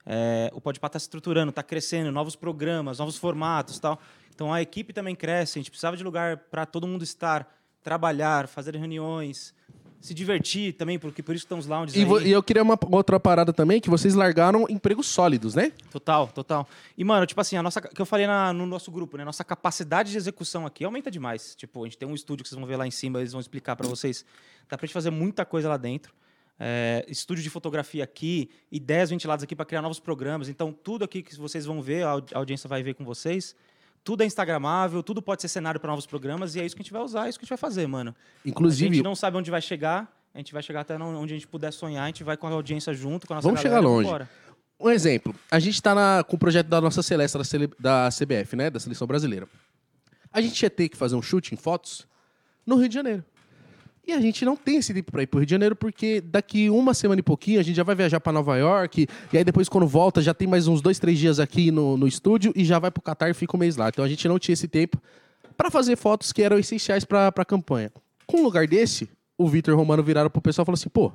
É, o Podpah tá se estruturando, tá crescendo, novos programas, novos formatos, e tal. Então a equipe também cresce, a gente precisava de lugar pra todo mundo estar, trabalhar, fazer reuniões, se divertir também, porque por isso estão os lounges
e,
aí.
vo- e eu queria uma outra parada também, que vocês largaram empregos sólidos, né?
Total, total. E, mano, tipo assim, a nossa. Que eu falei na- no nosso grupo, né? Nossa capacidade de execução aqui aumenta demais. Tipo, a gente tem um estúdio que vocês vão ver lá em cima, eles vão explicar pra vocês. Dá pra gente fazer muita coisa lá dentro. É, estúdio de fotografia aqui, ideias ventiladas aqui pra criar novos programas. Então, tudo aqui que vocês vão ver, a audi- a audiência vai ver com vocês. Tudo é instagramável, tudo pode ser cenário pra novos programas, e é isso que a gente vai usar, é isso que a gente vai fazer, mano. a
Inclusive,
gente não sabe onde vai chegar, a gente vai chegar até onde a gente puder sonhar, a gente vai com a audiência junto, com a nossa
Vamos
galera,
chegar longe.
vambora.
um exemplo. A gente tá na- com o projeto da nossa Celeste, da, Cele- da CBF, né? Da Seleção Brasileira. A gente ia ter que fazer um chute em fotos no Rio de Janeiro. E a gente não tem esse tempo pra ir pro Rio de Janeiro, porque daqui uma semana e pouquinho a gente já vai viajar pra Nova York. E aí depois, quando volta, já tem mais uns dois, três dias aqui no, no estúdio e já vai pro Catar e fica um mês lá. Então a gente não tinha esse tempo pra fazer fotos que eram essenciais pra, pra campanha. Com um lugar desse, o Vitor e o Romano viraram pro pessoal e falaram assim: pô,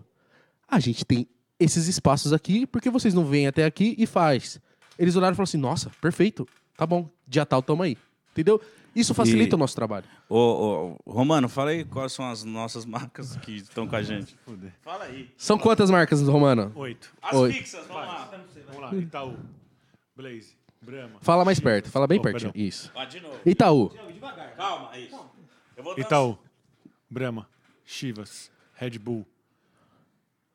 a gente tem esses espaços aqui, por que vocês não vêm até aqui e faz? Eles olharam e falaram assim, nossa, perfeito, tá bom, dia tal, tamo aí. Entendeu? Isso facilita
E-
o nosso trabalho.
Ô, ô, Romano, fala aí quais são as nossas marcas que estão com a gente. Fala aí.
São quantas marcas, Romano?
Oito.
As
Oi.
fixas, vamos lá.
Vamos lá, Itaú, Blaze, Brahma.
Fala mais perto, fala bem
Oh,
pertinho.
perdão.
Isso.
Vai de novo.
Itaú,
Calma, é isso. Eu vou dar-
Itaú, Brahma, Chivas, Red Bull,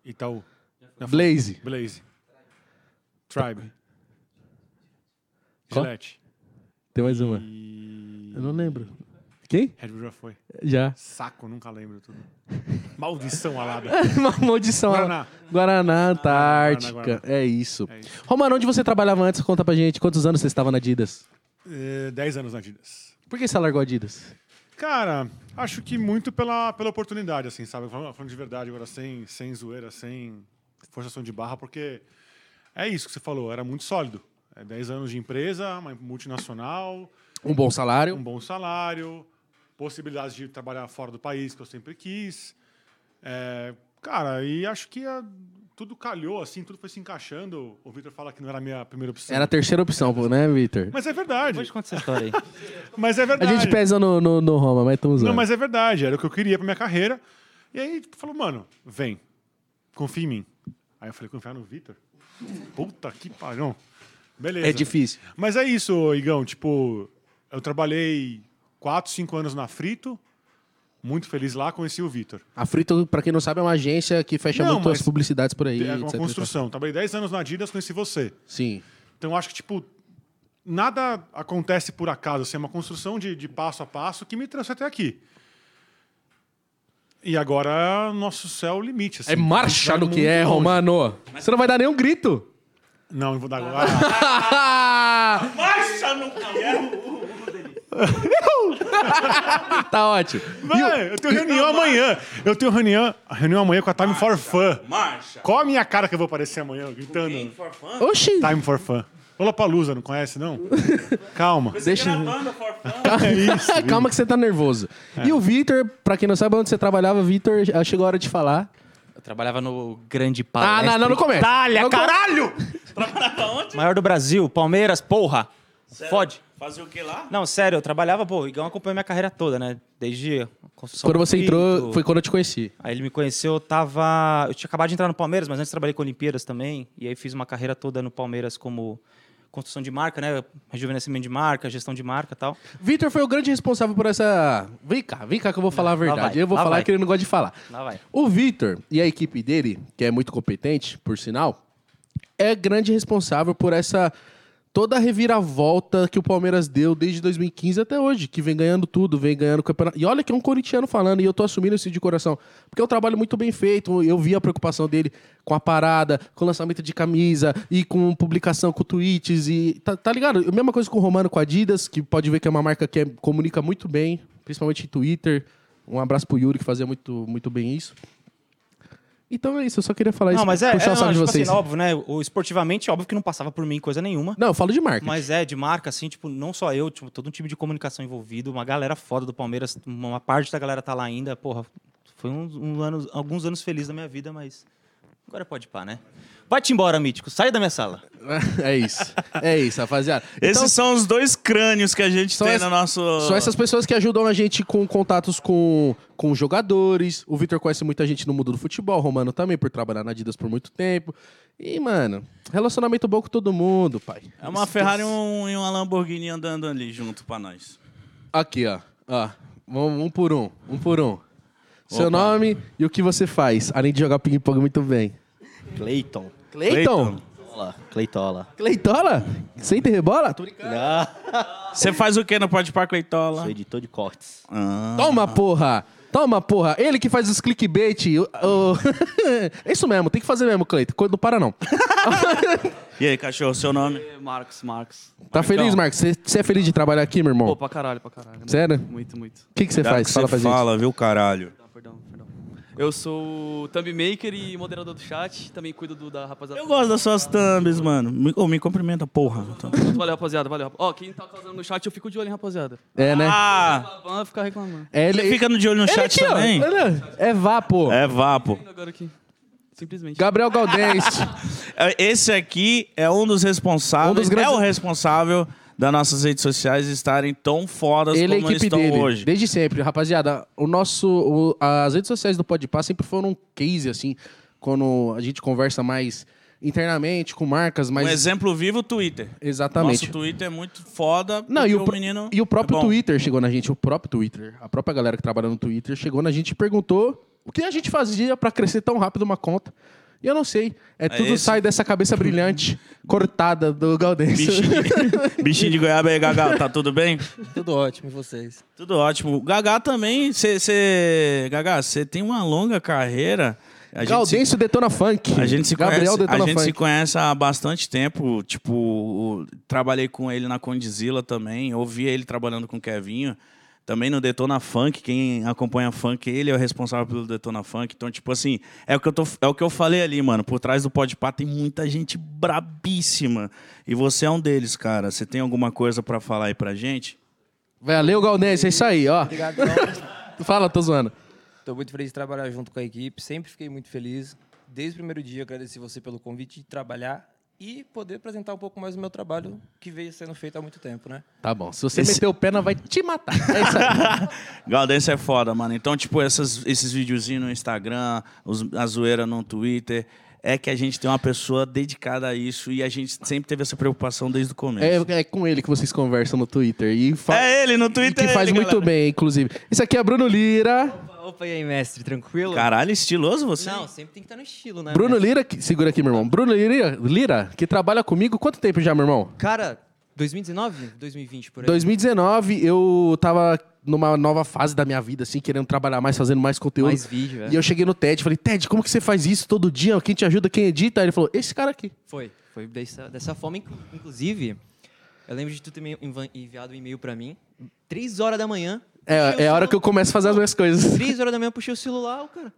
Itaú,
Blaze,
Blaze, Tribe,
Qual?
Gillette
tem mais uma.
e...
Eu não lembro. Quem?
Red Bull já foi.
Já.
Saco, nunca lembro tudo. Maldição alada.
Uma maldição.
Guaraná. Ah,
Guaraná, Antártica.
Guaraná, Guaraná.
É, isso.
É isso.
Romano, onde você trabalhava antes? Conta pra gente. Quantos anos você estava na Adidas?
Eh, Dez anos na Adidas.
Por que você largou a Adidas?
Cara, acho que muito pela, pela oportunidade, assim, sabe? Falando, falando de verdade agora, sem, sem zoeira, sem forçação de barra, porque é isso que você falou, era muito sólido. É 10 anos de empresa, uma multinacional,
Um bom salário.
um bom salário, possibilidade de trabalhar fora do país, que eu sempre quis. É, cara, e acho que ah, tudo calhou, assim, tudo foi se encaixando. O Victor fala que não era a minha primeira opção.
Era a terceira opção, né, Vitor?
Mas é verdade.
Depois conta essa história aí.
Mas é
A
verdade.
gente pesa no, no, no Roma, mas estamos
Não, mas é verdade, era o que eu queria pra minha carreira. E aí, tipo, falou, mano, vem, confia em mim. Aí eu falei, confiar no Vitor? Puta que pariu. Beleza.
É difícil.
Mas é isso, Igão, tipo, eu trabalhei 4, 5 anos na Frito, muito feliz lá, conheci o Vitor.
A Frito, pra quem não sabe, é uma agência que fecha
Não,
muito as
mas
publicidades por aí.
É uma
etc.
construção. Trabalhei 10 anos na Adidas, conheci você.
Sim.
Então eu acho que, tipo, nada acontece por acaso. Assim, é uma construção de, de passo a passo que me trouxe até aqui. E agora nosso céu é o limite. assim.
É marcha
Vai
no que
muito
é,
longe.
Romano. Você não vai dar nenhum grito.
Não, eu vou dar agora.
Marcha no carro.
tá ótimo.
Vai, eu tenho reunião amanhã. Eu tenho reunião, reunião amanhã com a Time for Fun.
Marcha.
Qual a minha cara que eu vou aparecer amanhã gritando?
For fun.
Oxi.
Time for Fun. Olá Palusa, não conhece, não? Calma.
Deixa...
Gravando for fun.
Calma que você tá nervoso.
É.
E o Vitor, pra quem não sabe onde você trabalhava, Vitor, ah, chegou a hora de falar.
Eu trabalhava no Grande
Ah,
Palestra.
não, não, não começa.
Itália,
Não come-
caralho!
Trabalhava onde?
Maior do Brasil, Palmeiras, porra! Fode.
Fazer o que lá?
Não, sério, eu trabalhava, pô, o Igão acompanhou minha carreira toda, né? Desde a construção
Quando
do
você
Pinto.
entrou, foi quando eu te conheci.
Aí ele me conheceu, eu tava. Eu tinha acabado de entrar no Palmeiras, mas antes trabalhei com Olimpíadas também. E aí fiz uma carreira toda no Palmeiras como construção de marca, né? Rejuvenescimento de marca, gestão de marca e tal.
Vitor foi o grande responsável por essa. Vem cá, vem cá que eu vou falar a verdade.
vai,
eu vou
lá
falar
vai.
que ele não gosta de falar.
Lá vai.
O Vitor e a equipe dele, que é muito competente, por sinal, é grande responsável por essa toda a reviravolta que o Palmeiras deu desde 2015 até hoje, que vem ganhando tudo, vem ganhando campeonato. E olha que é um corintiano falando, e eu tô assumindo isso de coração, porque é um trabalho muito bem feito, eu vi a preocupação dele com a parada, com o lançamento de camisa e com publicação com tweets e tá, tá ligado? A mesma coisa com o Romano com a Adidas, que pode ver que é uma marca que é- comunica muito bem, principalmente em Twitter. Um abraço pro Yuri que fazia muito muito bem isso. Então é isso, eu só queria falar isso,
Não, mas é,
puxar
é
o saco
não,
de
tipo
vocês.
assim, óbvio, né? O esportivamente, óbvio que não passava por mim coisa nenhuma.
Não, eu falo de marketing.
Mas é, de marca, assim, tipo, não só eu, tipo, todo um time de comunicação envolvido, uma galera foda do Palmeiras, uma parte da galera tá lá ainda, porra, foi uns um anos- alguns anos felizes da minha vida, mas agora pode pá, né? Vai-te embora, Mítico, sai da minha sala.
É isso. É isso, rapaziada.
Esses são os dois crânios que a gente
Então- São
tem
essa-
no nosso.
São essas pessoas que ajudam a gente com contatos com, com jogadores. O Vitor conhece muita gente no mundo do futebol, o Romano também, por trabalhar na Adidas por muito tempo. E, mano, relacionamento bom com todo mundo, pai.
É uma Ferrari e um- e uma Lamborghini andando ali junto pra nós.
Aqui, ó. ó. Vamos um por um. Um por um. Seu nome e o que você faz, além de jogar ping-pong muito bem.
Cleiton.
Cleiton.
Olá, Cleitola.
Cleitola? Sem ter rebola?
Você faz o que no Pode Par Cleitola? Ah.
editor de cortes.
Toma, porra! Toma, porra! Ele que faz os clickbait. o- o- é isso mesmo, tem que fazer mesmo, Cleito. Coisa do para, não. Tá
E aí, cachorro, seu nome?
Marcos, Marcos.
Então.
Tá feliz, Marcos? Você é feliz de trabalhar aqui, meu irmão?
Pô,
O
pra caralho, pra caralho. né?
Sério?
Muito, muito.
que que você
Cara,
faz?
que
Fala pra
você
gente.
fala, viu, caralho?
Não, perdão, perdão. Eu sou o thumb maker e moderador do chat. Também cuido do, da rapaziada.
Eu gosto das suas thumbs, mano. Me, ô, me cumprimenta, porra.
Valeu, rapaziada, valeu. rapa- Ó, quem tá causando no chat, eu fico de olho, hein, rapaziada.
É, né?
Ah!
Vai ficar reclamando.
É,
Ele fica no de olho no
ele
chat
aqui, ó.
também.
Ele- É vá, pô.
É vapo.
Agora aqui. Simplesmente.
Gabriel Galdês.
É, Esse aqui é um dos responsáveis,
Um dos grandes-
é o responsável das nossas redes sociais estarem tão fodas
ele é a
como eles
equipe
estão
dele.
hoje.
Desde sempre. Rapaziada, o nosso, o- as redes sociais do Podpah sempre foram um case, assim, quando a gente conversa mais internamente, com marcas,
Um
mas...
exemplo vivo, o Twitter.
Exatamente.
Nosso Twitter é muito foda.
Não, e
porque
o, pro-
menino
e o próprio
é bom.
Twitter chegou na gente, o próprio Twitter, a própria galera que trabalha no Twitter chegou na gente e perguntou o que a gente fazia pra crescer tão rápido uma conta. E eu não sei, é tudo
esse?
sai dessa cabeça brilhante cortada do Galdêncio.
Bichinho de, bichinho de goiaba aí, Gagá, tá tudo bem?
Tudo ótimo, e vocês?
Tudo ótimo. Gagá também, você. Gagá, você tem uma longa carreira. A gente se
Galdêncio detona funk.
A gente se
Gabriel
conhece,
detona
a gente
funk.
se conhece há bastante tempo. Tipo, o- trabalhei com ele na Condizila também. Ouvi ele trabalhando com o Kevinho. Também no Detona Funk, quem acompanha funk, ele é o responsável pelo Detona Funk. Então, tipo assim, é o que eu, tô, é o que eu falei ali, mano. Por trás do Podpah tem muita gente brabíssima. E você é um deles, cara. Você tem alguma coisa pra falar aí pra gente?
Valeu, Galdêncio, é isso aí, ó.
Obrigado.
Fala, tô zoando.
Tô muito feliz de trabalhar junto com a equipe, sempre fiquei muito feliz. Desde o primeiro dia, agradeci você pelo convite de trabalhar e poder apresentar um pouco mais o meu trabalho que veio sendo feito há muito tempo, né?
Tá bom, se você
Esse-
meter o pé, não vai te matar. É isso aí.
Galdêncio é foda, mano. Então, tipo, essas- esses videozinhos no Instagram, os- a zoeira no Twitter, é que a gente tem uma pessoa dedicada a isso e a gente sempre teve essa preocupação desde o começo.
É, é com ele que vocês conversam no Twitter. E
É,
fa-
ele no
e
Twitter.
que
é
faz
ele,
muito
galera.
bem, inclusive. Isso aqui é Bruno Lira.
Opa, e aí, mestre, tranquilo?
Caralho, estiloso você?
Não, sempre tem que estar no estilo, né?
Bruno
mestre?
Lira, que- segura aqui, meu irmão. Bruno Lira, Lira, que trabalha comigo quanto tempo já, meu irmão?
Cara, 2019? 2020, por aí.
2019, eu tava numa nova fase da minha vida, assim, querendo trabalhar mais, fazendo mais conteúdo.
Mais
né?
vídeo, é.
E eu cheguei no Ted, falei, Ted, como que você faz isso todo dia? Quem te ajuda, quem edita? Aí Ele falou, esse cara aqui.
Foi, foi dessa, dessa forma. Inclu- Inclusive, eu lembro de tu ter me enva- enviado um e-mail pra mim, três horas da manhã.
É, é a hora que eu começo a fazer as minhas coisas.
Três horas da manhã, eu puxei o celular, o cara...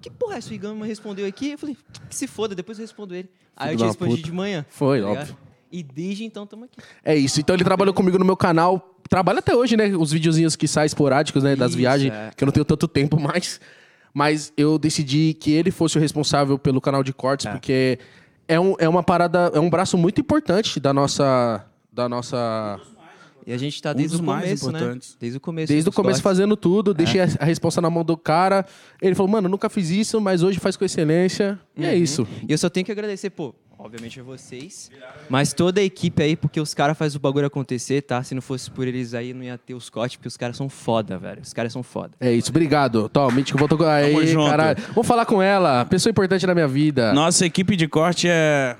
Que porra é essa? O Igão me respondeu aqui. Eu falei, que se foda, depois eu respondo ele. Aí eu
Filho
te
da
respondi
puta.
de manhã.
Foi,
tá ligado?
óbvio.
E desde então estamos aqui.
É isso. Então ele trabalhou comigo no meu canal. Trabalha até hoje, né? Os videozinhos que saem esporádicos, né? Das
Isso,
viagens,
é.
que eu não tenho tanto tempo mais. Mas eu decidi que ele fosse o responsável pelo é canal de cortes, porque é, um, é uma parada, é um braço muito importante da nossa, da nossa.
E a gente tá
Um
desde
dos
o
mais
começo, né?
importantes.
Desde o começo.
Desde o
dos cortes.
começo fazendo
É.
tudo, deixei a- a responsa na mão do cara. Ele falou, mano, nunca fiz isso, mas hoje faz com excelência. E é
Uhum.
isso.
E eu só tenho que agradecer, pô, obviamente a vocês, mas toda a equipe aí, porque os caras fazem o bagulho acontecer, tá? Se não fosse por eles aí, não ia ter os cortes, porque os caras são foda, velho. Os caras são foda.
É isso, obrigado. Tom, Mítico, voltou com. Aí,
junto.
caralho. Vou falar com ela, pessoa importante na minha vida.
Nossa equipe de corte é.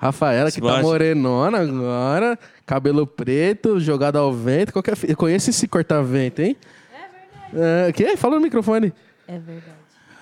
Rafaela, que tá
Explode.
morenona agora, cabelo preto, jogado ao vento. Qualquer... fi- Eu conheço esse corta-vento, hein? É verdade. que? Fala no microfone.
É verdade.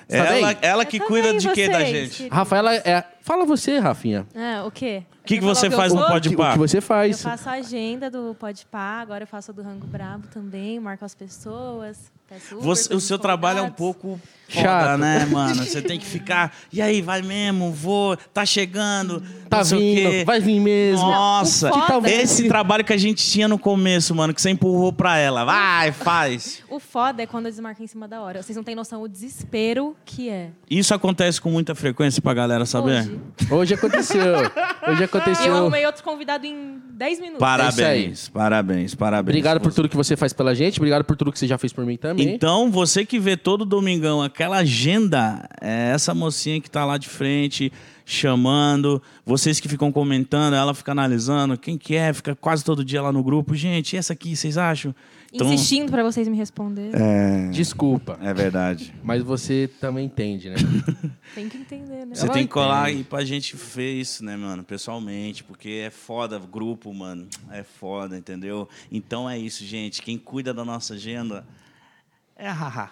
Você tá
é ela,
bem?
ela que
Eu tô
cuida
bem,
de quê da
vocês?
gente?
Rafaela é. Fala você, Rafinha.
Ah, o quê?
O que, que você faz no
Pode
O
Pode
que, o que você
Eu
faz?
faço a agenda do Pode Pá, agora eu faço a do Rango Brabo também, marco as pessoas, peço Uber
Você, o
pros
seu trabalho é um
convidados.
pouco
Chato.
foda, né, mano? Você tem que ficar. E aí, vai mesmo, vou, tá chegando,
Tá
não sei o quê.
vindo, vai vir mesmo.
Nossa,
Não, o foda- é assim,
esse trabalho que a gente tinha no começo, mano, que você empurrou pra ela. Vai, faz.
O foda é quando eu desmarco em cima da hora. Vocês não têm noção o desespero que é.
Isso acontece com muita frequência pra galera saber?
Hoje.
Hoje aconteceu. Hoje
Eu
aconteceu.
arrumei outro convidado em 10 minutos.
É
Parabéns, parabéns, parabéns.
Obrigado por tudo que você faz pela gente, obrigado por tudo que você já fez por mim também.
Então, você que vê todo domingão aquela agenda, é essa mocinha que tá lá de frente, chamando, vocês que ficam comentando, ela fica analisando, quem que é, fica quase todo dia lá no grupo. Gente, e essa aqui, vocês acham? Então,
Insistindo pra vocês me responder.
Desculpa,
É verdade.
mas você também entende, né?
Tem que entender, né?
Você
Ela
tem que colar e pra gente ver isso, né, mano, pessoalmente, porque é foda, grupo, mano, é foda, entendeu? Então é isso, gente, quem cuida da nossa agenda é a Haha.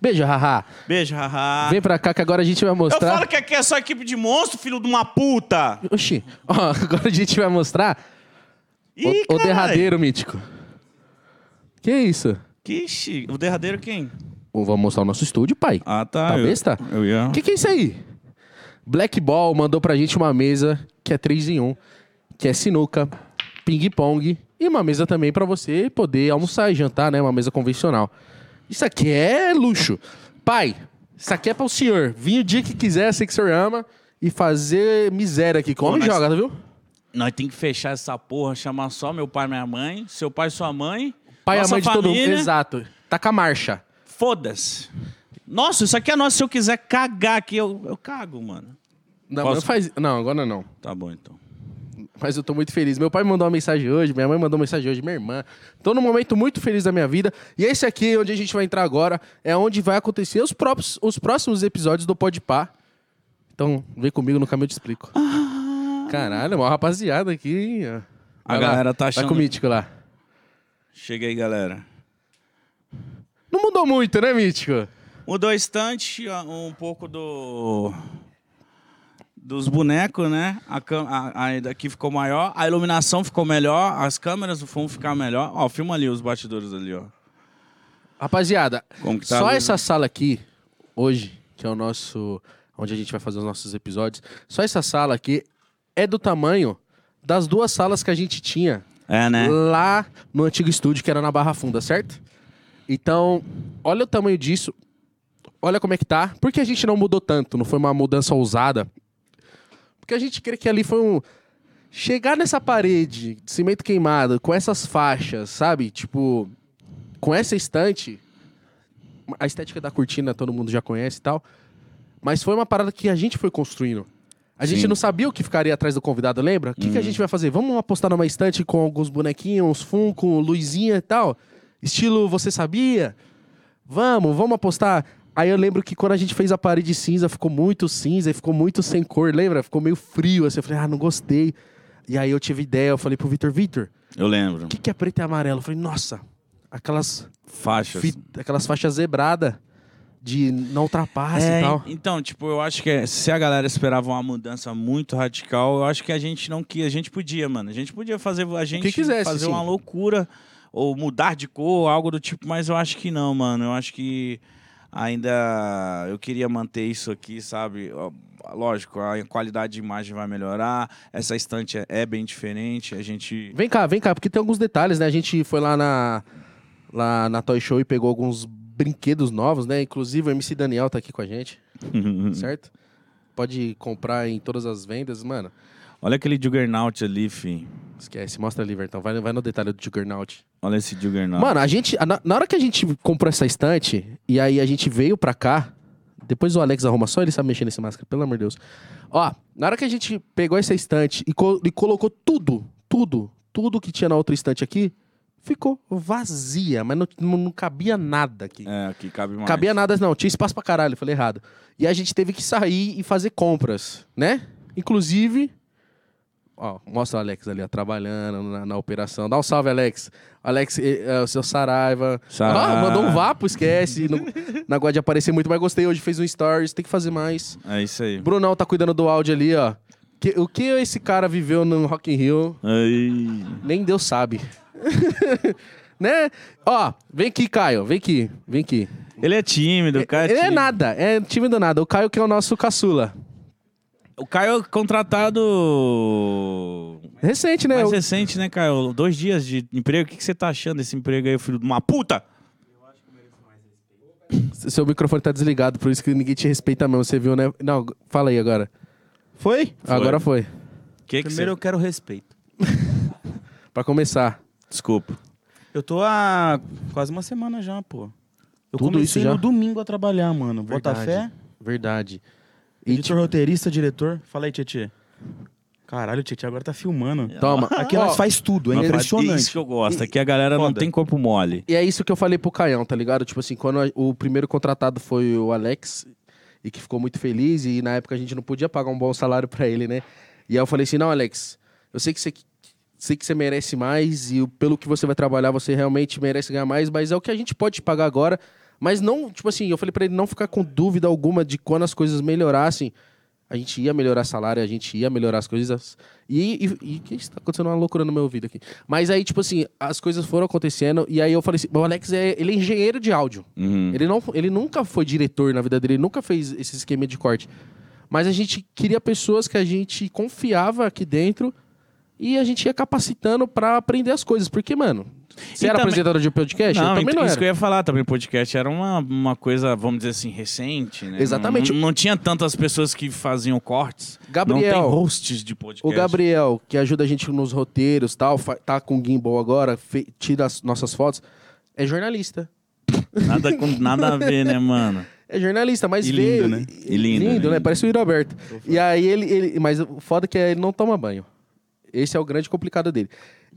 Beijo, haha.
Beijo, Haha.
Vem pra cá que agora a gente vai
Ah. Eu
mostrar.
falo que aqui é só equipe de monstro, filho de uma puta.
Oxi, Ó, agora a gente vai mostrar o-
Ih,
o,
caralho.
derradeiro mítico. Que isso?
Ixi, o derradeiro quem?
Ô, Vamos mostrar o nosso estúdio, pai.
Ah, tá.
Tá
eu-
besta?
Eu ia.
O que, que é isso aí? Black Ball mandou pra gente uma mesa que é 3 em 1, que é sinuca, ping-pong e uma mesa também pra você poder almoçar e jantar, né? Uma mesa convencional. Isso aqui é luxo. Pai, isso aqui é para o senhor. Vim o dia que quiser, sei que o senhor ama, e fazer miséria aqui. Come
Pô,
e
nós-
joga, tá viu?
Nós tem que fechar essa porra, chamar só meu pai e minha mãe, seu pai e sua mãe.
Pai e a
nossa
mãe de todo mundo.
família.
Exato. Tá com a marcha.
Foda-se. Nossa, isso aqui é nosso. Se eu quiser cagar aqui, eu, eu cago, mano.
Não,
Posso?
não faz... não, agora não.
Tá bom, então.
Mas eu tô muito feliz. Meu pai mandou uma mensagem hoje, minha mãe mandou uma mensagem hoje, minha irmã. Tô num momento muito feliz da minha vida. E esse aqui, é onde a gente vai entrar agora, é onde vai acontecer os, próprios, os próximos episódios do Pode Pá. Então, vem comigo no caminho eu te explico. Caralho, mó rapaziada aqui, hein? ó.
A
Vai lá,
galera tá
Vai
achando-
com o Mítico lá.
Chega aí, galera.
Não mudou muito, né, Mítico?
Mudou o estante, a- um pouco do. Dos bonecos, né? A, cam- a, a daqui ficou maior, a iluminação ficou melhor, as câmeras vão ficar melhor. Ó, filma ali os bastidores ali, ó.
Rapaziada,
Como que tá a
só
luz,
essa
né?
sala aqui, hoje, que é o nosso. onde a gente vai fazer os nossos episódios, só essa sala aqui é do tamanho das duas salas que a gente tinha
É, né?
lá no antigo estúdio, que era na Barra Funda, certo? Então, olha o tamanho disso. Olha como é que tá. Por que a gente não mudou tanto? Não foi uma mudança ousada? Porque a gente crê que ali foi um. Chegar nessa parede de cimento queimado, com essas faixas, sabe? Tipo, com essa estante. A estética da cortina todo mundo já conhece e tal. Mas foi uma parada que a gente foi construindo. A gente
Sim. Uhum.
não sabia o que ficaria atrás do convidado, lembra? O que, que a gente vai fazer? Vamos apostar numa estante com alguns bonequinhos, uns Funko, luzinha e tal? Estilo Você Sabia? Vamos, vamos apostar. Aí eu lembro que quando a gente fez a parede cinza, ficou muito cinza e ficou muito sem cor, lembra? Ficou meio frio, assim. Eu falei, ah, não gostei. E aí eu tive ideia, eu falei pro Vitor, Vitor,
Eu lembro.
o que, que é preto e amarelo? Eu falei, nossa, aquelas,
Faixas.
fi- aquelas faixas zebradas de não ultrapassa
É,
e Ah, tal.
Então, tipo, eu acho que se a galera esperava uma mudança muito radical, eu acho que a gente não que a gente podia, mano. A gente podia fazer a gente
que quisesse,
fazer
sim.
uma loucura ou mudar de cor, algo do tipo, mas eu acho que não, mano. Eu acho que ainda eu queria manter isso aqui, sabe? Ó, Lógico, a qualidade de imagem vai melhorar, essa estante é- é bem diferente, a gente
Vem cá, vem cá, porque tem alguns detalhes, né? A gente foi lá na, lá na Toy Show e pegou alguns brinquedos novos, né? Inclusive o MC Daniel tá aqui com a gente, certo? Pode comprar em todas as vendas, mano.
Olha aquele Juggernaut ali, fi.
Esquece, mostra ali, Vertão. Vai, vai no detalhe do Juggernaut.
Olha esse Juggernaut.
Mano, a gente. a- Na, na hora que a gente comprou essa estante, e aí a gente veio pra cá. Depois o Alex arruma só ele sabe mexer nesse máscara, pelo amor de Deus. Ó, na hora que a gente pegou essa estante e, co- e colocou tudo, tudo, tudo que tinha na outra estante aqui, ficou vazia, mas não, não- não cabia nada aqui.
É, aqui cabe mais.
Cabia nada, não. Tinha espaço pra caralho, falei errado. E a gente teve que sair e fazer compras, né? Inclusive. Ó, mostra o Alex ali, ó, trabalhando na, na operação. Dá um salve, Alex. Alex, eh, eh, o seu Saraiva.
Saraiva.
Ah, mandou um vapo, esquece. não, não gosta de aparecer muito, mas gostei. Hoje fez um stories, tem que fazer mais.
É isso aí.
Brunão tá cuidando do áudio ali, ó. Que- o que esse cara viveu no Rock in Rio,
Aí.
nem Deus sabe. né? Ó, vem aqui, Caio. Vem aqui, vem aqui.
Ele é tímido, o cara
Ele é
tímido.
nada, é time do nada. O Caio que é o nosso caçula.
O Caio é contratado.
Recente, né?
Mais
O-
recente, né, Caio? Dois dias de emprego. O que, que você tá achando desse emprego aí, filho de uma puta?
Seu microfone tá desligado, por isso que ninguém te respeita mesmo. Você viu, né? Não, g- fala aí agora.
Foi?
Agora foi.
Que que
Primeiro eu
você...
quero respeito.
Pra começar.
Desculpa.
Eu tô há quase uma semana já, pô. Eu
Tudo
comecei
isso já?
no domingo a trabalhar, mano.
Verdade.
Botafé,
Verdade. E
editor, roteirista, diretor. Fala aí, Tietê. Caralho, Tietê agora tá filmando.
ti- Toma.
Aqui
Ó,
nós faz tudo, é
Mas
impressionante.
Isso que eu gosto, é que a galera não
Foda.
tem corpo mole.
E é isso que eu falei pro Caião, tá ligado? Tipo assim, quando a- o primeiro contratado foi o Alex, e que ficou muito feliz, e na época a gente não podia pagar um bom salário pra ele, né? E aí eu falei assim: não, Alex, eu sei que você. Sei que você merece mais e o- pelo que você vai trabalhar, você realmente merece ganhar mais, mas é o que a gente pode te pagar agora. Mas não, tipo assim, eu falei pra ele não ficar com dúvida alguma de quando as coisas melhorassem. A gente ia melhorar salário, a gente ia melhorar as coisas. E, e, e que está acontecendo uma loucura no meu ouvido aqui. Mas aí, tipo assim, as coisas foram acontecendo. E aí eu falei assim: o Alex é, ele é engenheiro de áudio.
Uhum.
Ele, não, ele nunca foi diretor na vida dele, ele nunca fez esse esquema de corte. Mas a gente queria pessoas que a gente confiava aqui dentro e a gente ia capacitando pra aprender as coisas. Porque, mano, você
E
era
também-
apresentador de podcast? É, eu também
então,
não
isso
era.
que eu ia falar também. Podcast era uma, uma coisa, vamos dizer assim, recente, né?
Exatamente.
Não, não tinha tantas pessoas que faziam cortes.
Gabriel.
Não tem hosts de podcast.
O Gabriel, que ajuda a gente nos roteiros e tal, fa- tá com o gimbal agora, fe- tira as nossas fotos, é jornalista.
Nada, com- nada a ver, né, mano?
É jornalista, mas
E
veio.
lindo, né? E lindo,
Lindo, né?
lindo.
Parece o Roberto. E aí ele, ele. Mas o foda é que ele não toma banho. Esse é o grande complicado dele.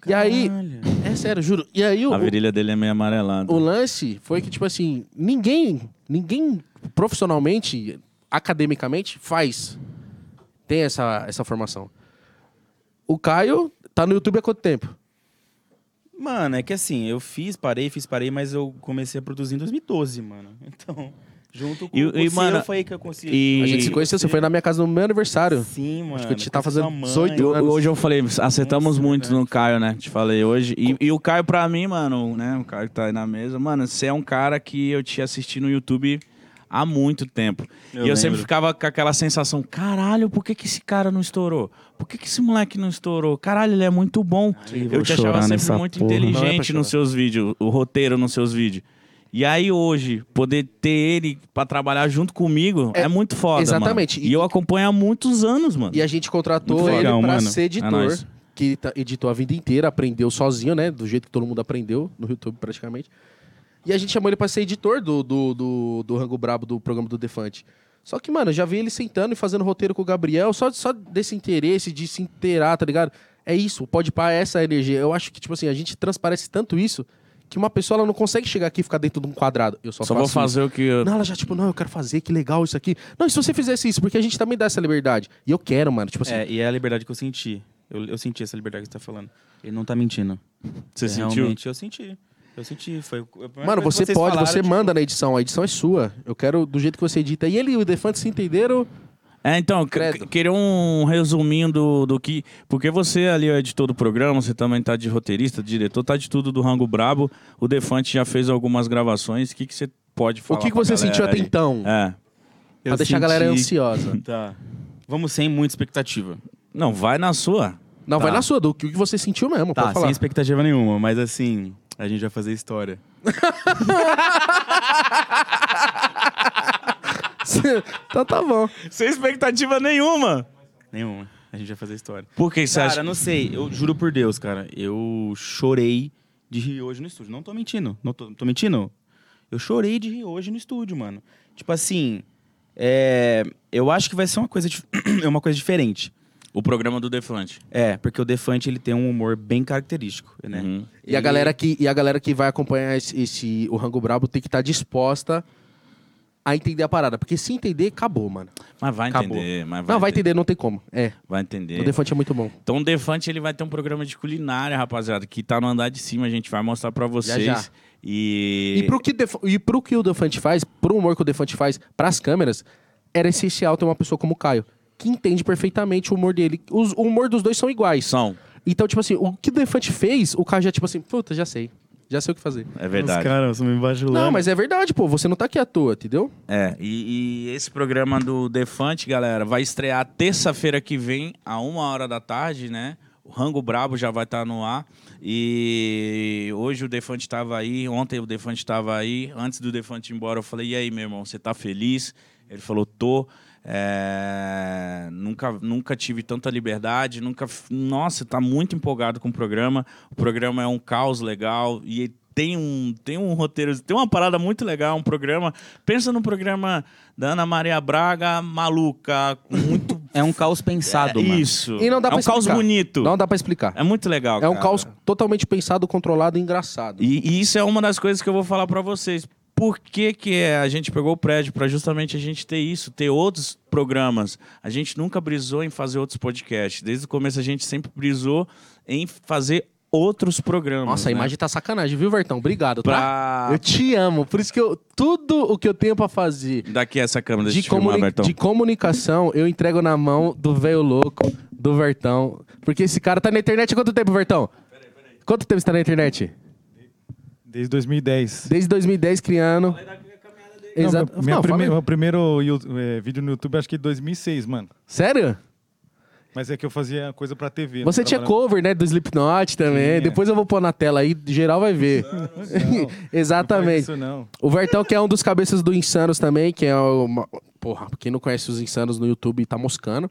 E aí.
Caralho.
É sério, juro. E aí o,
A virilha dele é meio amarelada.
o lance foi que, tipo assim, ninguém, ninguém profissionalmente, academicamente, faz. Tem essa, essa formação. O Caio tá no YouTube há quanto tempo?
Mano, é que assim, eu fiz, parei, fiz, parei, mas eu comecei a produzir em 2012, mano. Então, junto com
E-
o
e,
Ciro
mano,
foi aí que eu consegui.
E...
A gente se conheceu, você foi na minha casa no meu aniversário.
Sim, mano.
Acho que a gente tá
com
fazendo
sua mãe.
18
Eu-
anos.
hoje eu falei, acertamos
Nossa,
muito
é verdade.
no Caio, né? Te falei hoje. E, e o Caio, pra mim, mano, né? O Caio que tá aí na mesa, mano, você é um cara que eu te assisti no YouTube há muito tempo. e eu
lembro.
sempre ficava com aquela sensação: caralho, por que, que esse cara não estourou? Por que, que esse moleque não estourou? Caralho, ele é muito bom. eu
vou
te achava
chorar
sempre
nessa
muito
porra.
Não é pra
inteligente
chorar.
nos seus vídeos, o roteiro nos seus vídeos. E aí hoje, poder ter ele pra trabalhar junto comigo é,
É,
muito foda,
exatamente.
mano.
E-
E eu acompanho há muitos anos, mano.
E a gente contratou
Muito
ele
legal,
pra
mano.
ser
É
editor,
nóis.
que tá- editou a vida inteira, aprendeu sozinho, né? Do jeito que todo mundo aprendeu, no YouTube praticamente. E a gente chamou ele pra ser editor do, do, do, do Rango Brabo, do programa do Defante. Só que, mano, eu já vi ele sentando e fazendo roteiro com o Gabriel, só, só desse interesse de se inteirar, tá ligado? É isso, pode pá, é essa energia. Eu acho que, tipo assim, a gente transparece tanto isso que uma pessoa ela não consegue chegar aqui e ficar dentro de um quadrado. Eu só,
Só
faço
vou
isso.
fazer o que eu
Não, ela já, tipo, não, eu quero fazer, que legal isso aqui. Não, e se você fizesse isso? Porque a gente também dá essa liberdade. E eu quero, mano. Tipo assim,
É, e é a liberdade que eu senti. Eu, eu senti essa liberdade que você tá falando. Ele não tá mentindo.
Você
É,
sentiu?
Realmente, eu senti. Eu senti. Foi a primeira
Mano,
coisa que
você
vocês
pode,
falaram,
você
tipo,
manda na edição, a edição é sua. Eu quero do jeito que você edita. E ele e o Defante se entenderam.
É, então, que-
Credo.
queria um resuminho do, do que. Porque você ali é o editor do programa, você também tá de roteirista, de diretor, tá de tudo do Rango Brabo. O Defante já fez algumas gravações. O que, que você pode
O
falar?
que, que
pra
você
galera
sentiu até
aí?
então?
É.
pra
eu
deixar a galera
senti-
ansiosa.
Tá. Vamos sem muita expectativa.
Não, vai na sua.
Não,
Tá.
vai na sua, do que que você sentiu mesmo,
Tá,
pode falar.
sem expectativa nenhuma, mas assim, a gente vai fazer história.
então tá bom. Então tá
Sem expectativa nenhuma.
Nenhuma.
A gente vai fazer história.
Por que você
cara,
acha?
não sei. Eu juro por Deus, cara. Eu chorei de rir hoje no estúdio. Não tô mentindo. Não tô, tô mentindo? Eu chorei de rir hoje no estúdio, mano. Tipo assim, é, eu acho que vai ser uma coisa, dif- é uma coisa diferente.
O programa do Defante.
É, porque o Defante ele tem um humor bem característico, né?
Uhum.
E a
Ele-
galera que, e a galera que vai acompanhar esse, esse- o Rango Brabo tem que estar disposta a entender a parada. Porque se entender, acabou, mano.
Mas vai
Acabou.
entender. Mas vai
não, vai
entender.
entender, não tem como. É,
Vai
o
entender.
Defante é muito bom.
Então o Defante ele vai ter um programa de culinária, rapaziada, que tá no andar de cima, a gente vai mostrar pra vocês.
Já, já.
E
E pro, que Def- e pro que o Defante faz, pro humor que o Defante faz pras câmeras, era essencial ter uma pessoa como o Caio, que entende perfeitamente o humor dele. Os- o humor dos dois são iguais.
são,
Então, tipo assim, o que o Defante fez, o Caio já, tipo assim, puta, já sei. Já sei o que fazer.
é verdade.
caras são me bajulando.
Não, mas é verdade, pô. Você não tá aqui à toa, entendeu?
É, e, e esse programa do Defante, galera, vai estrear terça-feira que vem, a uma hora da tarde, né? O Rango Brabo já vai estar no ar. E hoje o Defante estava aí, ontem o Defante estava aí. Antes do Defante ir embora, eu falei: e aí, meu irmão, você tá feliz? Ele falou: tô. É, nunca, nunca tive tanta liberdade, nunca. f- Nossa, tá muito empolgado com o programa. O programa é um caos legal e tem um, tem um roteiro, tem uma parada muito legal, um programa. Pensa num programa da Ana Maria Braga, maluca, muito
É um caos pensado,
é
mano.
Isso.
E não dá
é
pra
um caos
explicar.
bonito.
Não dá pra explicar.
É muito legal.
É um
cara.
caos totalmente pensado, controlado e engraçado.
E, e isso é uma das coisas que eu vou falar pra vocês. Por que, que é, a gente pegou o prédio? Pra justamente a gente ter isso, ter outros programas. A gente nunca brisou em fazer outros podcasts. Desde o começo a gente sempre brisou em fazer outros programas.
Nossa, a
né?
imagem tá sacanagem, viu, Vertão? Obrigado, tá?
Pra...
Eu te amo. Por isso que eu. Tudo o que eu tenho pra fazer
Daqui essa câmera,
de,
deixa eu te filmar,
comuni-
Bertão.
de comunicação, eu entrego na mão do velho louco, do Vertão. Porque esse cara tá na internet há quanto tempo, Vertão? Quanto tempo você tá na internet?
Desde 2010.
Desde 2010, criando. Exato.
Não, meu, minha
Não, fala
prime-
aí.
meu primeiro you- eh, vídeo no YouTube acho que é 2006, mano.
Sério?
Mas é que eu fazia coisa pra TV.
Você
não
tinha
trabalhava-
cover, né? Do Slipknot também.
Tinha.
Depois eu vou pôr na tela aí, geral vai ver.
Não faz
Exatamente.
isso, não.
O Vertão, que é um dos cabeças do Insanos também, que é uma... Porra, quem não conhece os Insanos no YouTube tá moscando.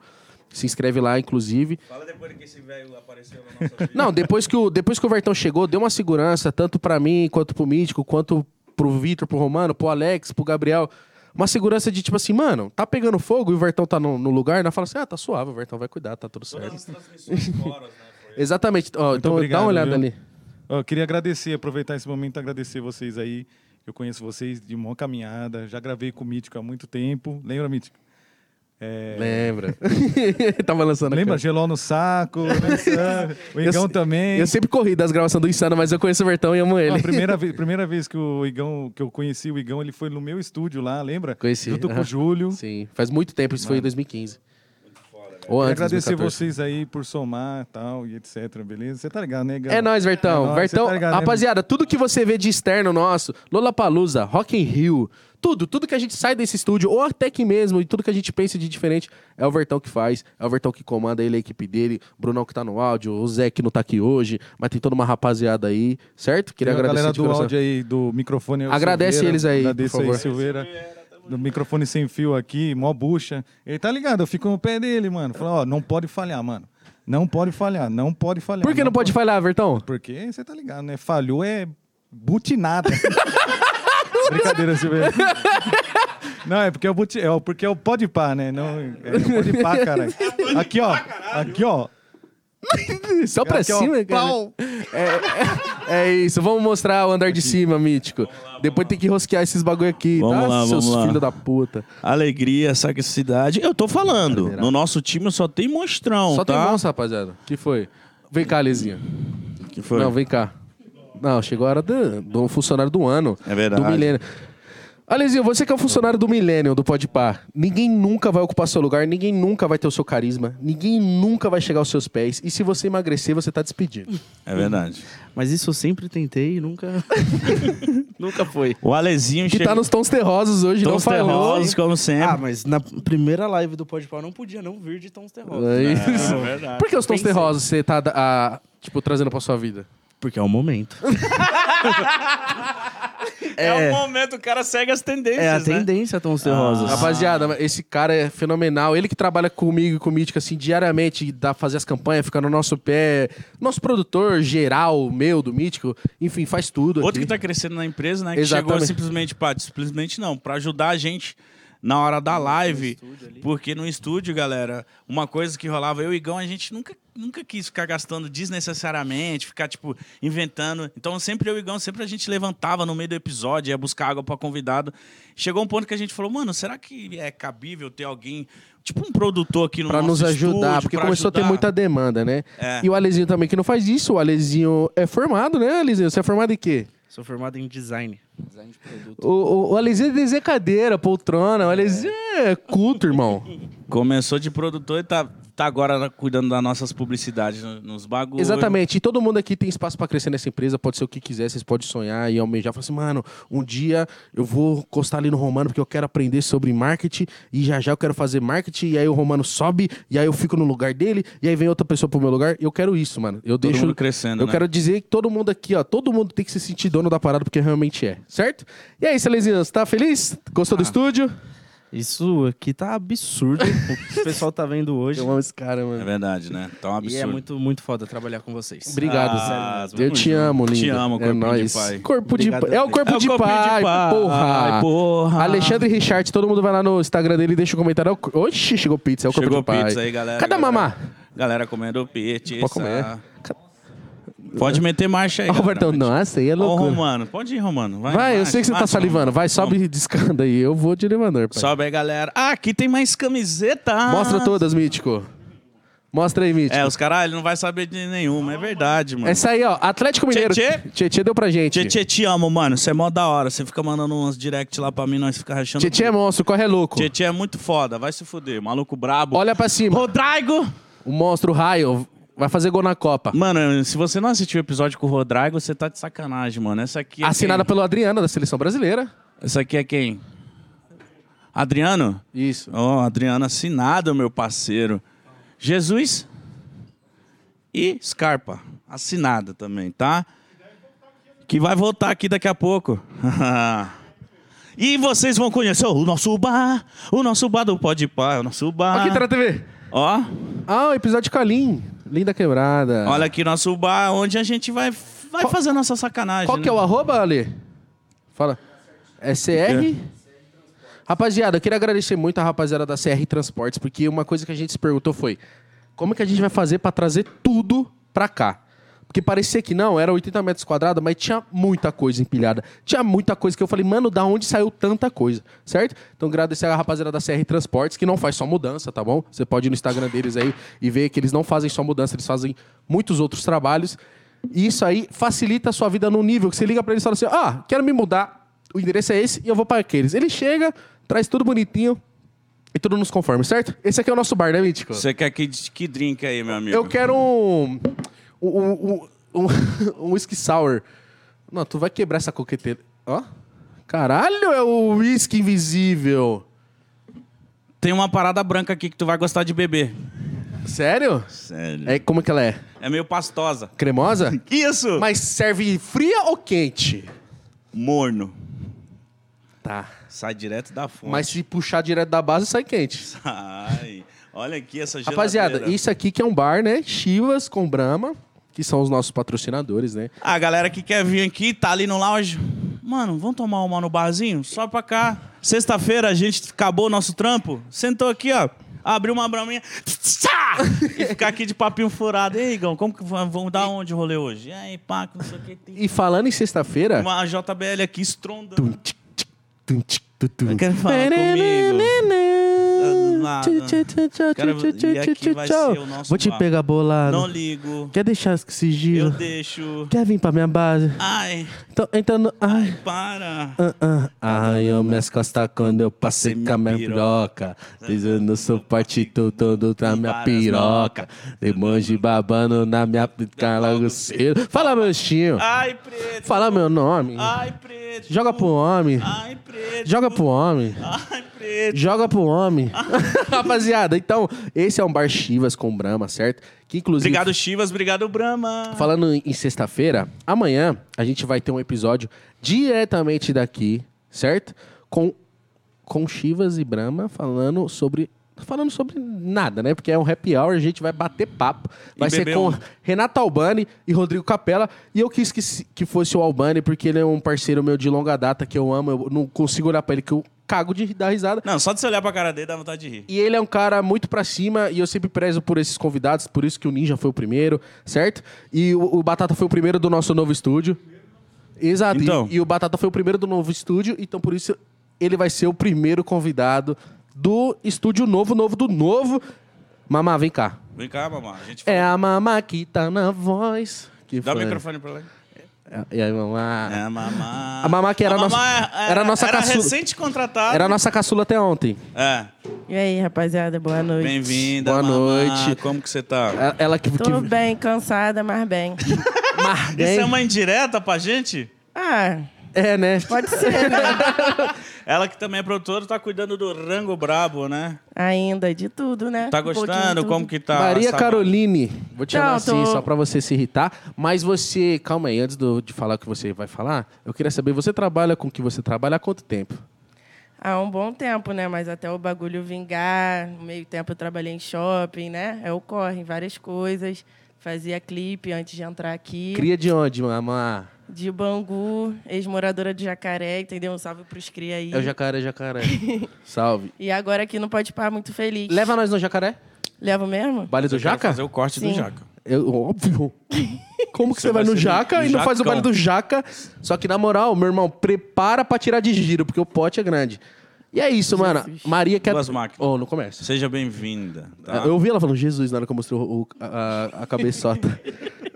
Se inscreve lá, inclusive.
Fala depois que esse velho apareceu na nossa vida.
Não, depois que o, depois que o Vertão chegou, deu uma segurança, tanto pra mim, quanto pro Mítico, quanto pro Vitor, pro Romano, pro Alex, pro Gabriel. Uma segurança de tipo assim, mano, tá pegando fogo e o Vertão tá no, no lugar, nós fala assim, ah, tá suave, o Vertão vai cuidar, tá tudo certo. Exatamente. Ó, então dá
obrigado,
uma olhada
viu?
ali.
Ó, Eu queria agradecer, aproveitar esse momento, agradecer vocês aí. Eu conheço vocês de uma caminhada, já gravei com o Mítico há muito tempo. Lembra, Mítico?
Lembra. Tava lançando a
É. Lembra?
câmera.
Geló no saco, né, sabe? o Igão
se-
também.
Eu sempre corri das gravações do Insano, mas eu conheço o Vertão e amo
Ó,
ele.
a primeira vez, primeira vez que o Igão, que eu conheci o Igão, ele foi no meu estúdio lá, lembra?
Conheci,
Junto com
aham.
o Júlio.
Sim, faz muito tempo, isso foi em 2015. Ou
Queria
antes,
agradecer
2014.
vocês aí por somar tal e etc, beleza? Você tá ligado, né, Igão?
É nóis,
É
Vertão.
nóis,
Vertão,
você tá ligado, né,
rapaziada, tudo que você vê de externo nosso, Lollapalooza, Rock in Rio, tudo, tudo que a gente sai desse estúdio, ou até que mesmo, e tudo que a gente pensa de diferente, é o Vertão que faz, é o Vertão que comanda, ele é a equipe dele, o Brunão que tá no áudio, o Zé que não tá aqui hoje, mas tem toda uma rapaziada aí, certo? Queria
Tem a
agradecer
galera
de
do
coração.
áudio aí, do microfone. é o
Agradece
Silveira.
eles aí,
Agradeço
por favor.
aí, Silveira. Do microfone sem fio aqui, mó bucha. Ele tá ligado, eu fico no pé dele, mano. Fala, ó, não pode falhar, mano. Não pode falhar, não pode falhar.
Por que não pode falhar, Vertão?
Porque você tá ligado, né? Falhou é butinada. Brincadeira, Silveira. Não, é porque é o, buti... é o- porque é o pode pá, né? Não, é o pode pá, caralho.
É
Aqui, ó. Aqui, ó.
Só pra
Aqui, ó.
cima, cara.
Pau.
É isso, vamos mostrar o andar de cima, mítico. Depois tem que rosquear esses bagulho aqui,
Vamos
tá?
lá,
seus
vamos lá.
filhos da puta.
Alegria, sagacidade. Eu tô falando. No nosso time só tem monstrão,
Só tem
tá?
monstro, rapaziada. Que foi? Vem cá, Lezinha.
Que foi?
Não, vem cá. Não, chegou a hora do, do funcionário do ano.
É verdade.
Do milênio. Alezinho, você que é o funcionário do milênio do Podpar, ninguém nunca vai ocupar seu lugar, ninguém nunca vai ter o seu carisma, ninguém nunca vai chegar aos seus pés. E se você emagrecer, você tá despedido.
É verdade.
Mas isso eu sempre tentei e nunca. nunca foi.
O Alezinho
Que tá nos tons terrosos hoje,
Tons
não falou.
terrosos, como
É
sempre.
Ah, mas na primeira live do Pode Pau não podia não vir de tons terrosos.
É isso.
verdade.
Por que os tons
Pensei.
terrosos você tá, ah, tipo, trazendo pra sua vida?
Porque é o momento.
É.
o momento, o cara segue as tendências. né?
É a
tendência, Tom Serrosas.
Rapaziada, esse cara é fenomenal. Ele que trabalha comigo e com o Mítico, assim, diariamente, e dá fazer as campanhas, fica no nosso pé. Nosso produtor geral, meu, do Mítico, enfim, faz tudo. aqui.
Outro que tá crescendo na empresa, né? Que chegou
Exatamente.
simplesmente, pá, simplesmente não, pra ajudar a gente na hora da live. porque no estúdio, galera, uma coisa que rolava, eu e Igão, a gente nunca, nunca quis ficar gastando desnecessariamente, ficar, tipo, inventando. Então, sempre eu e Igão, sempre a gente levantava no meio do episódio, ia buscar água pra convidado. Chegou um ponto que a gente falou, mano, será que é cabível ter alguém, tipo um produtor aqui no
Pra
nosso
nos ajudar,
estúdio,
porque
pra
começou a ter
ajudar?"
muita demanda, né?
É.
E o Alezinho também que não faz isso. O Alezinho é formado, né, Alezinho? Você é formado em quê?
Sou Ah, formado em design.
O, o, o Alezinho é desenho cadeira, poltrona. O Alezinho é culto, irmão.
Começou de produtor e tá, tá agora cuidando das nossas publicidades no- nos bagulhos.
Exatamente. E todo mundo aqui tem espaço pra crescer nessa empresa. Pode ser o que quiser. Vocês podem sonhar e almejar. Falar assim, mano, um dia eu vou encostar ali no Romano porque eu quero aprender sobre marketing e já já eu quero fazer marketing. E aí o Romano sobe e aí eu fico no lugar dele e aí vem outra pessoa pro meu lugar. Eu quero isso, mano. Eu
Todo
deixo...
mundo crescendo,
Eu
né?
quero dizer que todo mundo aqui, ó, todo mundo tem que se sentir dono da parada porque realmente é, certo? E aí, Celezinho, você tá feliz? Gostou
Ah.
do estúdio?
Isso aqui tá absurdo. o que o pessoal tá vendo hoje.
Eu amo esse cara, mano.
É verdade, né? Tá um absurdo.
E é muito, muito foda trabalhar com vocês.
Obrigado,
Ah,
Zé. Eu
tamo
te
junto.
amo, lindo.
Te amo,
é
corpinho de
nóis.
pai.
Corpo de
Obrigado,
pai. É o corpo,
É o
de,
corpinho de
pai,
pai,
porra.
porra.
Alexandre Richard, todo mundo vai lá no Instagram dele e deixa um comentário. É o cor- Oxi, chegou pizza, é o corpo
Chegou
de pai.
pizza aí, galera.
Cadê a
Galera-
mamá?
Galera comendo pizza.
Pode comer.
Pode meter marcha aí.
Albertão,
galera.
nossa, aí é
Ó, o
loucura.
Romano. Pode ir, Romano. Vai,
Vai, eu sei que você tá salivando. Vai, sobe de escada aí. Eu vou de elevador, pai.
Sobe aí, galera. Ah, aqui tem mais camiseta.
Mostra todas, Mítico. Mostra aí, Mítico.
É, os caralho não vai saber de nenhuma. É verdade, mano.
Essa aí, ó. Atlético Mineiro.
Tietê?
Tietê deu pra gente.
Tietê, te amo, mano. Você é mó da hora. Você fica mandando uns direct lá pra mim, nós fica rachando.
Tietê é monstro, corre é louco.
Tietê é muito foda. Vai se fuder. Maluco brabo.
Olha pra cima.
Rodrigo!
O monstro, o raio, vai fazer gol na Copa.
Mano, se você não assistiu o episódio com o Rodrigo, você tá de sacanagem, mano. Essa aqui é
Assinada
quem?
pelo Adriano, da Seleção Brasileira.
Essa aqui é quem? Adriano?
Isso.
Ó, Adriano assinado, meu parceiro. Jesus e Scarpa, assinada também, tá? Que vai voltar aqui daqui a pouco. e vocês vão conhecer o nosso bar, o nosso bar do Pode Pá, o nosso bar.
Aqui, tá Tera TV.
Ó,
Ah, o episódio de Calim. Linda quebrada.
olha aqui nosso bar, onde a gente vai, vai fazer nossa sacanagem.
Qual que é
né?
o arroba, Ale? Fala. É CR? Rapaziada, eu queria agradecer muito a rapaziada da CR Transportes, porque uma coisa que a gente se perguntou foi: como que a gente vai fazer pra trazer tudo pra cá? Porque parecia que não, era 80 metros quadrados, mas tinha muita coisa empilhada. Tinha muita coisa que eu falei, mano, da onde saiu tanta coisa, certo? Então, agradecer a rapaziada da CR Transportes, que não faz só mudança, tá bom? Você pode ir no Instagram deles aí e ver que eles não fazem só mudança, eles fazem muitos outros trabalhos. E isso aí facilita a sua vida no nível que você liga pra eles e fala assim: ah, quero me mudar, o endereço é esse e eu vou para aqueles. Ele chega, traz tudo bonitinho e tudo nos conforme, certo? Esse aqui é o nosso bar, né, Mítico?
Você quer que, que drink aí, meu amigo?
Eu quero um. Um, um, um, um whisky sour. Não, tu vai quebrar essa coqueteira. Ó. Caralho, é o whisky invisível.
Tem uma parada branca aqui que tu vai gostar de beber.
Sério?
Sério.
É, como que ela é?
É meio pastosa.
Cremosa?
Isso!
Mas serve fria ou quente?
Morno.
Tá.
Sai direto da fonte.
Mas se puxar direto da base, sai quente.
Ai, olha aqui essa geladeira.
Rapaziada, isso aqui que é um bar, né? Chivas com Brahma, que são os nossos patrocinadores, né?
A galera que quer vir aqui, tá ali no lounge. Mano, vamos tomar uma no barzinho? Só pra cá. Sexta-feira a gente acabou o nosso trampo. Sentou aqui, ó. Abriu uma braminha. Tchá! E ficar aqui de papinho furado. Ei, Igão, como que va- vamos dar onde o rolê hoje? E aí, pá, que não sei o que. Tem
E falando em sexta-feira.
uma JBL aqui estrondando.
Tum, tchic, tu, tu.
Quer falar comigo?
Nananana.
Tchau, tchau, tchau, tchau,
Cara,
tchau, tchau,
e aqui
tchau,
vai
tchau.
ser o nosso
Vou te
bar.
pegar
bolado.
Não ligo.
Quer deixar esse
Eu
sigilo?
deixo.
Quer vir pra minha base?
Ai,
Então, entrando. Ai.
para.
Ah, ah. Arranhou minhas costas quando eu passei
Minha
com a minha piroca. Dizendo sou partido todo da minha piroca. Demonge babando na minha pica logo cedo. Fala meu xinho.
Ai, preto.
Fala meu nome.
Ai, preto.
Joga pro homem.
Ai, preto.
Joga pro homem.
Ai, preto.
Joga pro homem. Rapaziada, então, esse é um bar Chivas com Brahma, certo? Que inclusive.
Obrigado, Chivas. Obrigado, Brahma.
Falando em sexta-feira, amanhã a gente vai ter um episódio diretamente daqui, certo? Com, com Chivas e Brahma falando sobre. Falando sobre nada, né? Porque é um happy hour, a gente vai bater papo.
E
Vai ser
beber
com
um.
Renato Albani e Rodrigo Capella. E eu quis que, se- que fosse o Albani, porque ele é um parceiro meu de longa data que eu amo. Eu não consigo olhar pra ele, que eu cago de dar risada.
Não, só de você olhar pra cara dele dá vontade de rir.
E ele é um cara muito pra cima e eu sempre prezo por esses convidados, por isso que o Ninja foi o primeiro, certo? E o, o Batata foi o primeiro do nosso novo estúdio. Exato. e-
Então.
E, o Batata foi o primeiro do novo estúdio, então por isso ele vai ser o primeiro convidado do estúdio novo, novo do novo. Mamá, vem cá.
Vem cá, mamá. A gente
É a mamá que tá na voz. Que
Dá o
foi?
microfone pra lá.
É- E aí, mamá?
É a mamá.
A mamá que era
a mamá
nossa,
é- é-
era a nossa
era
caçula.
recente contratada.
Era a nossa caçula até ontem.
É.
E aí, rapaziada, boa noite.
Bem-vinda,
Boa
mamá.
noite. É,
Como que você tá?
Ela, ela que,
Tô
que-
bem, cansada, mas bem.
Isso é uma indireta pra gente?
Ah,
É, né?
Pode ser, né?
Ela que também é produtora, tá cuidando do rango brabo, né?
ainda de tudo, né?
Tá
Um pouquinho
gostando?
de tudo.
Como que tá?
Maria
Sabe-
Caroline, vou te
Não,
chamar assim,
tô-
só pra você se irritar. Mas você, calma aí, antes do- de falar o que você vai falar, eu queria saber, você trabalha com o que você trabalha há quanto tempo?
Há um bom tempo, né? Mas até o bagulho vingar, no meio tempo eu trabalhei em shopping, né? É o corre, várias coisas. Fazia clipe antes de entrar aqui.
Cria de onde, mamá?
De Bangu, ex-moradora de Jacaré, entendeu? Um salve pros cria aí.
É o jacaré, jacaré. Salve.
E agora aqui não pode parar muito feliz.
Leva nós no jacaré?
Levo mesmo?
Baile do
Eu quero
jaca?
fazer o corte do
Sim.
jaca.
Eu, óbvio. Como que você,
Você
vai,
vai
no
ser
jaca
no- no
e não faz o
jacão.
baile do jaca? Só que, na moral, meu irmão, prepara pra tirar de giro, porque o pote é grande. E é isso, mano. Maria quer...
Duas máquinas.
Oh, não começa.
Seja bem-vinda. tá?
Eu ouvi ela falando Jesus na hora que eu mostrei o- o- a, a- a cabeçota.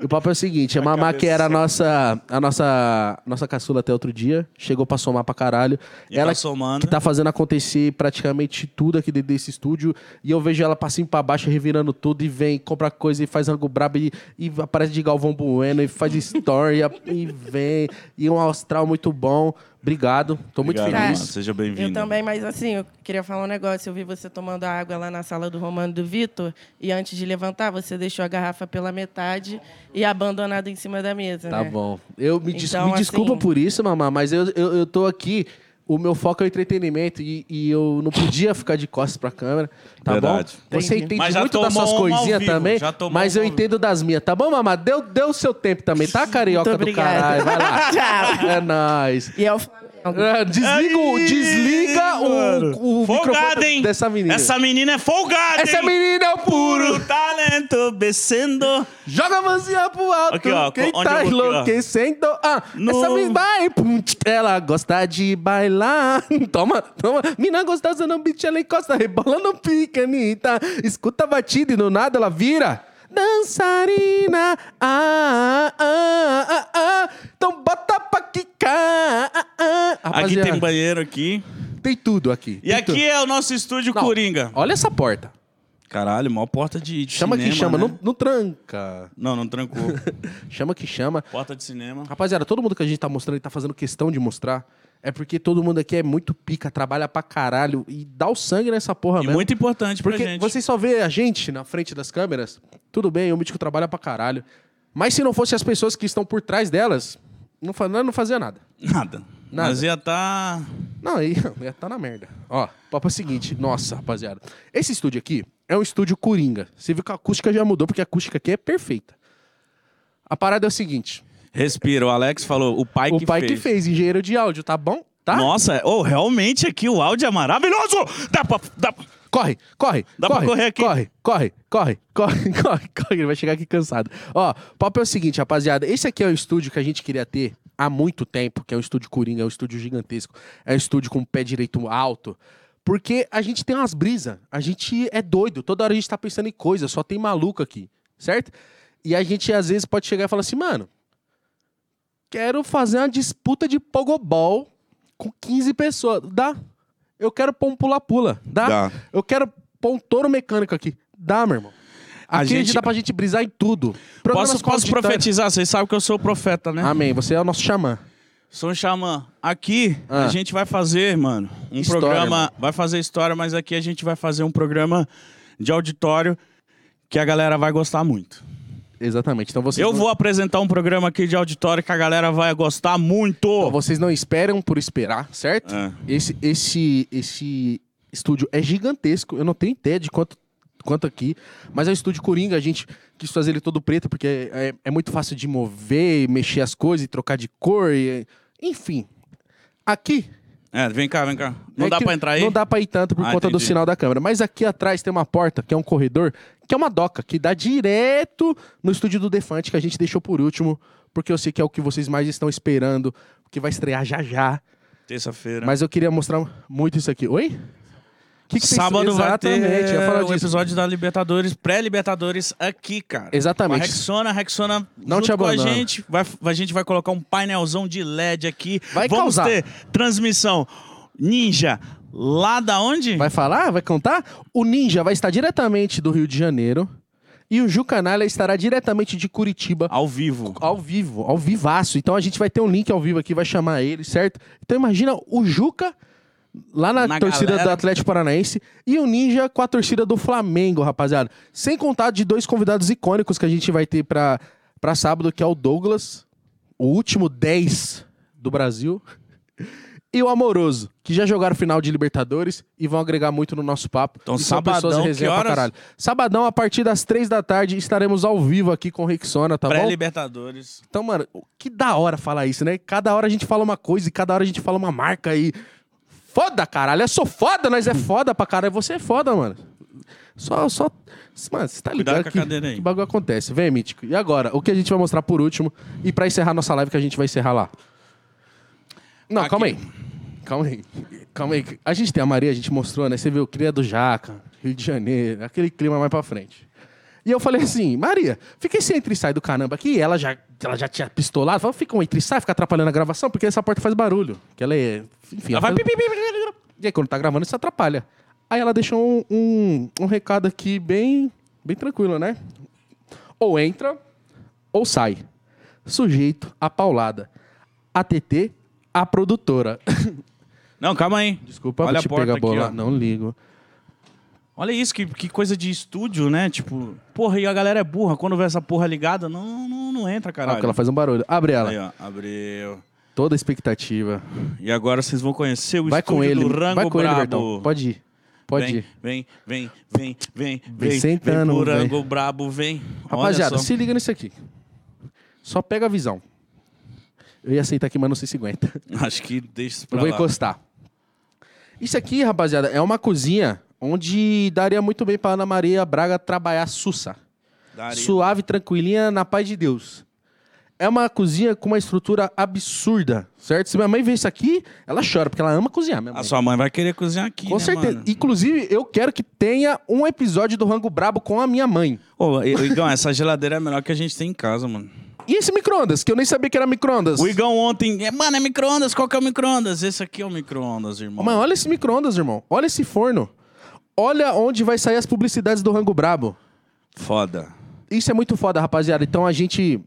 o papo é o seguinte: a mamá que era a nossa, a nossa, nossa caçula até outro dia, chegou pra somar pra caralho.
E tá somando.
que tá fazendo acontecer praticamente tudo aqui dentro desse estúdio. E eu vejo ela pra cima e pra baixo, revirando tudo, e vem, compra coisa, e faz rango brabo, e, e aparece de Galvão Bueno, e faz story, e- e vem. E um austral muito bom. Obrigado, tô muito
Obrigado,
feliz.
mano. Seja
Eu
bem-vinda.
também, mas assim, eu queria falar um negócio. Eu vi você tomando a água lá na sala do Romano e do Vitor, e antes de levantar, você deixou a garrafa pela metade e abandonada em cima da mesa.
Tá
né?
bom. Eu me, des-
Então,
me desculpa
assim-
por isso, mamá, mas eu, eu, eu tô aqui. O meu foco é o entretenimento e, e eu não podia ficar de costas pra câmera, tá
Verdade.
bom? Você
Entendi.
entende
Mas já
muito das
tomou
suas
uma ao
coisinhas
vivo,
também,
já tomou
mas
uma
eu
ao vivo.
entendo das minhas, tá bom, mamá? Deu deu o seu tempo também, tá, carioca do caralho?
obrigada.
Vai lá.
Tchau.
É nóis.
E é o
Ah, Desliga, o- desliga o, o
É Folgada,
microfone
hein?
dessa menina.
Essa menina é folgada,
Essa
hein?
menina é o puro.
Puro talento, descendo.
Joga a mãozinha pro alto.
Aqui, ó,
quem
onde eu
tá
vou aqui, ó.
enlouquecendo? Ah,
No-
essa menina vai. pum, tch, Ela gosta de bailar. Toma, toma. Mina gostosa no beat, ela encosta, rebola no pique, Anitta. Escuta a batida e do nada ela vira. Dançarina, ah, ah, ah, ah. Então bota pra quicar. Ah, ah.
Aqui
Rapaziada,
tem banheiro aqui.
tem tudo aqui.
E aqui é o nosso estúdio
Não.
Coringa.
Olha essa porta.
Caralho, maior porta de, de
Chama
cinema,
que chama,
né?
não, não tranca.
Não, não trancou.
Chama que chama.
porta de cinema.
Rapaziada, todo mundo que a gente tá mostrando e tá fazendo questão de mostrar é porque todo mundo aqui é muito pica, trabalha pra caralho e dá o sangue nessa porra
E
mesmo.
muito importante pra
porque
gente.
vocês só vê a gente na frente das câmeras, tudo bem, o Mítico trabalha pra caralho. Mas se não fosse as pessoas que estão por trás delas, não, fa- não fazia nada.
Nada.
Nada.
Mas ia tá...
Não, aí ia tá na merda. Ó, o papo é o seguinte, nossa, rapaziada. Esse estúdio aqui é um estúdio coringa. Você viu que a acústica já mudou, porque a acústica aqui é perfeita. A parada é o seguinte:
Respira, o Alex falou, o pai
o
que
pai
fez.
que fez, engenheiro de áudio, tá bom? Tá?
Nossa, oh, realmente aqui o áudio é maravilhoso! Dá pra... Dá...
Corre, corre,
Dá pra
corre,
correr aqui.
corre, corre, corre, corre, corre, corre, ele vai chegar aqui cansado. Ó, o papo é o seguinte, rapaziada, esse aqui é o estúdio que a gente queria ter há muito tempo, que é um estúdio coringa, é um estúdio gigantesco, é um estúdio com o pé direito alto, porque a gente tem umas brisas, a gente é doido, toda hora a gente tá pensando em coisa, só tem maluco aqui, certo? E a gente às vezes pode chegar e falar assim, mano, quero fazer uma disputa de pogobol com 15 pessoas, dá? Eu quero pôr um pula-pula, dá? Eu quero pôr um touro mecânico aqui. Dá, meu irmão.
A
Aqui a gente...
gente-
dá pra gente brisar em tudo. Problemas
Posso,
com
posso
auditório. Ah.
profetizar? Vocês sabem que eu sou profeta, né?
Amém. Você é o nosso xamã.
Sou um xamã. Aqui
Ah.
a gente vai fazer, mano, um
História,
programa.
mano.
Vai fazer história, mas aqui a gente vai fazer um programa de auditório que a galera vai gostar muito.
Exatamente. Então vocês
Eu
não-
vou apresentar um programa aqui de auditório que a galera vai gostar muito.
vocês não esperam por esperar, certo?
É.
Esse, esse, esse estúdio é gigantesco. Eu não tenho ideia de quanto, quanto aqui. Mas é um estúdio coringa. A gente quis fazer ele todo preto, porque é, é- é muito fácil de mover, e mexer as coisas, e trocar de cor. e- enfim. Aqui.
É, vem cá, vem cá. Não
é
dá
que
pra entrar aí?
Não dá pra ir tanto por
Ah,
conta do
entendi.
sinal da câmera. Mas aqui atrás tem uma porta, que é um corredor, que é uma doca, que dá direto no estúdio do Defante, que a gente deixou por último, porque eu sei que é o que vocês mais estão esperando, que vai estrear já já.
Terça-feira.
Mas eu queria mostrar muito isso aqui. Oi? Que que vocês-
Sábado vai ter
Exatamente, eu ia falar
o
disso.
episódio da Libertadores, pré-Libertadores aqui, cara.
Exatamente.
Com a Rexona, a Rexona
Não
junto
te
com a
abandona.
gente. Vai, a gente vai colocar um painelzão de LED aqui.
Vai
Vamos
causar.
ter transmissão Ninja lá da onde?
Vai falar? Vai contar? O Ninja vai estar diretamente do Rio de Janeiro. E o Ju Canalha estará diretamente de Curitiba.
Ao vivo.
Ao vivo, ao vivaço. Então a gente vai ter um link ao vivo aqui, vai chamar ele, certo? Então imagina o Juca lá na,
Na
torcida
galera.
do Atlético Paranaense e o Ninja com a torcida do Flamengo, rapaziada. Sem contar de dois convidados icônicos que a gente vai ter pra, pra sábado, que é o Douglas, o último 10 do Brasil, e o Amoroso, que já jogaram final de Libertadores e vão agregar muito no nosso papo.
Então,
E são
sabadão,
pessoas
que
resenha pra
horas?
caralho. Sabadão, a partir das 3 da tarde, estaremos ao vivo aqui com o Rexona, tá bom?
Pré-Libertadores.
Então, mano, que da hora falar isso, né? Cada hora a gente fala uma coisa e cada hora a gente fala uma marca e. Foda, caralho. Eu sou foda, nós é foda pra caralho. Você é foda, mano. Só, só. Mano, você tá
Cuidado
ligado
com a
que,
cadeira aí.
que bagulho acontece. Vem, Mítico. E agora? O que a gente vai mostrar por último? E pra encerrar nossa live, que a gente vai encerrar lá. Não, calma aí. Calma aí. Calma aí. A gente tem a Maria, a gente mostrou, né? Você viu o Cria do Jaca, Rio de Janeiro, aquele clima mais pra frente. E eu falei assim, Maria, fica esse entra e sai do caramba aqui. Ela já, ela já tinha pistolado. Falou, fica um entra e sai, fica atrapalhando a gravação, porque essa porta faz barulho. Que ela é. Enfim.
Ela vai
faz-
pi, pi, pi,
E aí, quando tá gravando, isso atrapalha. Aí ela deixou um, um, um recado aqui bem, bem tranquilo, né? Ou entra, ou sai. Sujeito a paulada. ATT, a produtora.
Não, calma aí.
Desculpa,
Olha
vou
a
te
porta
pegar
aqui,
bola.
ó.
Não ligo. Ah,
Olha isso, que, que coisa de estúdio, né? Tipo, porra, e a galera é burra. Quando vê essa porra ligada, não, não, não entra,
Ah,
caralho.
porque ela faz um barulho. Abre ela.
Aí, ó, abriu.
Toda a expectativa.
E agora vocês vão conhecer o
Vai
estúdio
com ele.
do Rango
Vai com ele,
Brabo.
Bertão. Pode ir. Pode
vem,
ir.
Vem, vem, vem, vem,
Vem
vem.
sentando,
vem pro
vem.
Rango Brabo, vem. Olha
Rapaziada,
só.
se liga nisso aqui. Só pega a visão. Eu ia aceitar aqui, mas não sei se aguenta.
Acho que deixa isso pra
Eu vou
lá.
encostar. Isso aqui, rapaziada, é uma cozinha onde daria muito bem pra Ana Maria Braga trabalhar sussa.
Daria.
Suave, tranquilinha, na paz de Deus. É uma cozinha com uma estrutura absurda, certo? Se minha mãe vê isso aqui, ela chora, porque ela ama cozinhar. Minha
A
mãe.
sua mãe vai querer cozinhar aqui,
Com
né,
certeza.
mano?
Inclusive, eu quero que tenha um episódio do Rango Brabo com a minha mãe.
Ô, I- Igão, essa geladeira é a melhor que a gente tem em casa, mano.
E esse micro-ondas, que eu nem sabia que era micro-ondas.
O Igão ontem... é, Mano, é micro-ondas? Qual que é o micro-ondas? Esse aqui é o micro-ondas, irmão.
Mano, olha esse micro-ondas, irmão. Olha esse forno. Olha onde vai sair as publicidades do Rango Brabo.
Foda.
Isso é muito foda, rapaziada. Então a gente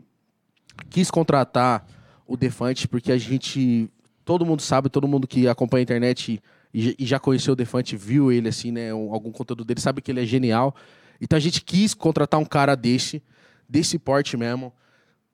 quis contratar o Defante porque a gente. Todo mundo sabe, todo mundo que acompanha a internet e j- e já conheceu o Defante, viu ele, assim, né? um- algum conteúdo dele, sabe que ele é genial. Então a gente quis contratar um cara desse, desse porte mesmo.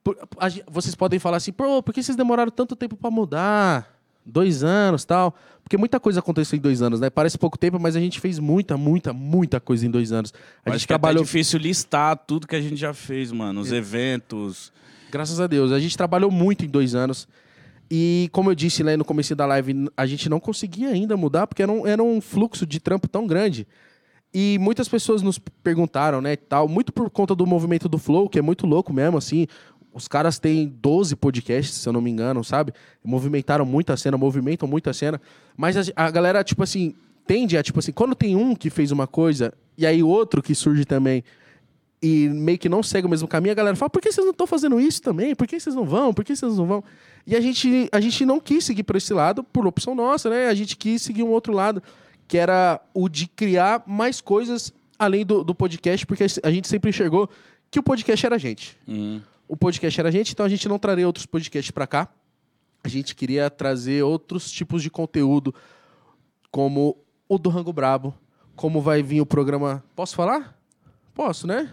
Por- a gen- vocês podem falar assim, pô, por que vocês demoraram tanto tempo pra mudar? Dois anos tal. Porque muita coisa aconteceu em dois anos, né? Parece pouco tempo, mas a gente fez muita, muita, muita coisa em dois anos. A
Acho
gente
que é até
trabalhou. É.
difícil listar tudo que a gente já fez, mano. Os eventos.
Graças a Deus. A gente trabalhou muito em dois anos. E como eu disse lá no começo da live, n- a gente não conseguia ainda mudar, porque era um, era um fluxo de trampo tão grande. E muitas pessoas nos perguntaram, né, e tal, muito por conta do movimento do Flow, que é muito louco mesmo, assim. Os caras têm 12 podcasts, se eu não me engano, sabe? Movimentaram muito a cena, movimentam muito a cena. Mas a, ge- a galera, tipo assim, tende a, tipo assim, quando tem um que fez uma coisa, e aí outro que surge também, e meio que não segue o mesmo caminho, a galera fala: por que vocês não estão fazendo isso também? Por que vocês não vão? Por que vocês não vão? E a gente, a gente não quis seguir por esse lado, por opção nossa, né? A gente quis seguir um outro lado, que era o de criar mais coisas além do, do podcast, porque a gente sempre enxergou que o podcast era a gente. O podcast era a gente, então a gente não traria outros podcasts pra cá. a gente queria trazer outros tipos de conteúdo, como o do Rango Brabo, como vai vir o programa. Posso falar? Posso, né?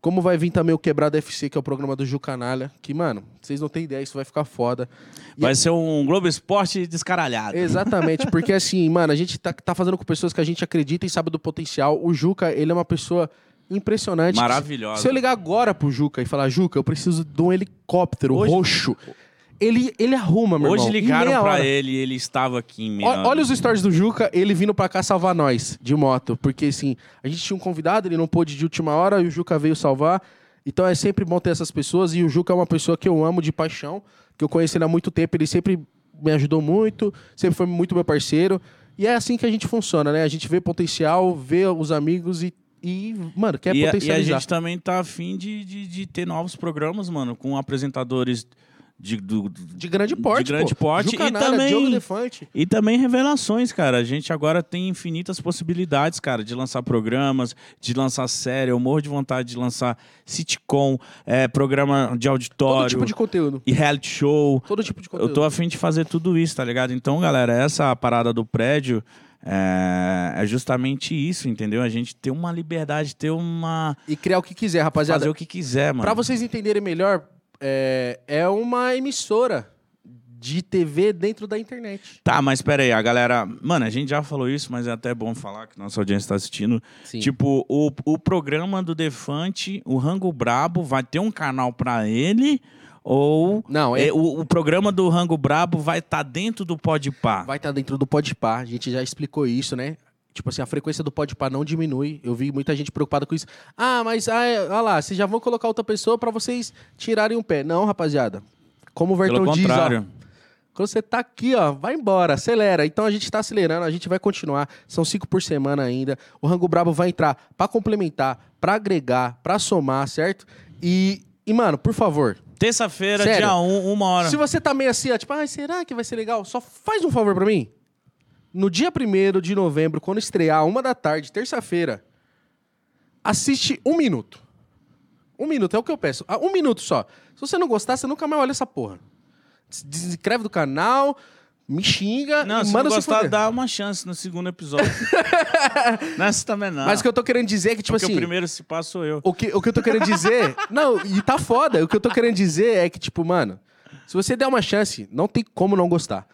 Como vai vir também o Quebrado FC, que é o programa do Ju Canalha, que, mano, vocês não têm ideia, isso vai ficar foda. é-
Vai ser um Globo Esporte descaralhado.
Exatamente, porque assim, mano, a gente tá, tá fazendo com pessoas que a gente acredita e sabe do potencial. O Juca, ele é uma pessoa impressionante.
Maravilhosa.
Se eu ligar agora pro Juca e falar, Juca, eu preciso de um helicóptero roxo. Ele, ele arruma, meu
Hoje
irmão. em
ligaram
meia
pra
hora.
ele, ele estava aqui em
Ó-
Minas.
Olha, os stories do Juca, ele vindo pra cá salvar nós, de moto. Porque, assim, a gente tinha um convidado, ele não pôde de última hora e o Juca veio salvar. Então é sempre bom ter essas pessoas. E o Juca é uma pessoa que eu amo de paixão, que eu conheço ele há muito tempo. Ele sempre me ajudou muito, sempre foi muito meu parceiro. E é assim que a gente funciona, né? A gente vê potencial, vê os amigos e, e mano, quer
e, a- e
potencializar.
a gente também tá afim de, de, de ter novos programas, mano, com apresentadores de, do- de
grande porte,
De grande
pô.
porte.
Ju
e,
Canalha, Diogo
também,
Defante.
e também revelações, cara. A gente agora tem infinitas possibilidades, cara, de lançar programas, de lançar série. Eu morro de vontade de lançar sitcom, eh, programa de auditório.
Todo tipo de conteúdo.
E reality show.
Todo tipo de
Eu
conteúdo.
tô afim de fazer tudo isso, tá ligado? Então, galera, essa parada do prédio é, é justamente isso, entendeu? A gente ter uma liberdade, ter uma.
E criar o que quiser, rapaziada.
Fazer o que quiser, mano.
Pra vocês entenderem melhor, é, é uma emissora de TV dentro da internet.
Tá, mas pera aí, a galera. Mano, a gente já falou isso, mas é até bom falar que nossa audiência tá assistindo.
Sim.
Tipo, o, o programa do Defante, o Rango Brabo, vai ter um canal pra ele. Ou
Não, é-
o, o programa do Rango Brabo vai estar dentro do Podpah.
Vai estar dentro do Podpah, a gente já explicou isso, né? Tipo assim, a frequência do Podpah não diminui. Eu vi muita gente preocupada com isso. Ah, mas ah, é, ah lá, vocês já vão colocar outra pessoa pra vocês tirarem um pé. Não, rapaziada. Como o Vertão
Pelo
diz, ó,
contrário.
quando você tá aqui, ó, vai embora, acelera. Então a gente tá acelerando, a gente vai continuar. São cinco por semana ainda. O Rango Brabo vai entrar pra complementar, pra agregar, pra somar, certo? E, e mano, por favor,
Terça-feira,
Sério.
dia 1, um, uma hora.
se você tá meio assim, ó, tipo, ai, será que vai ser legal? Só faz um favor pra mim. No dia 1 de novembro, quando estrear, uma da tarde, terça-feira, assiste um minuto. Um minuto, é o que eu peço. Ah, Um minuto só. Se você não gostar, você nunca mais olha essa porra. Se Desinscreve do canal, me xinga,
Não,
e
se
manda
não
se
gostar,
fuder.
dá uma chance no segundo episódio. Nessa também não.
Mas o que eu tô querendo dizer é que, tipo
Porque
assim.
o primeiro se passa sou eu.
O que, o que eu tô querendo dizer. não, e tá foda. O que eu tô querendo dizer é que, tipo, mano, se você der uma chance, não tem como não gostar.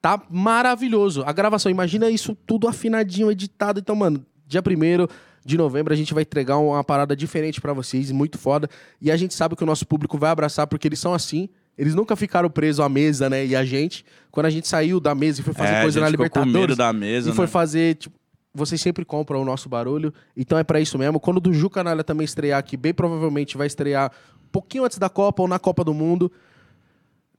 Tá maravilhoso. A gravação, imagina isso tudo afinadinho, editado. Então, mano, dia 1 de novembro a gente vai entregar uma parada diferente pra vocês, muito foda. E a gente sabe que o nosso público vai abraçar, porque eles são assim. Eles nunca ficaram presos à mesa, né? E a gente, quando a gente saiu da mesa e foi fazer
É, a
coisa
gente
na
ficou com
Libertadores.
medo da mesa,
E foi
né?
fazer, tipo, vocês sempre compram o nosso barulho, então é pra isso mesmo. Quando o do Ju Canalha também estrear, que bem provavelmente vai estrear um pouquinho antes da Copa ou na Copa do Mundo,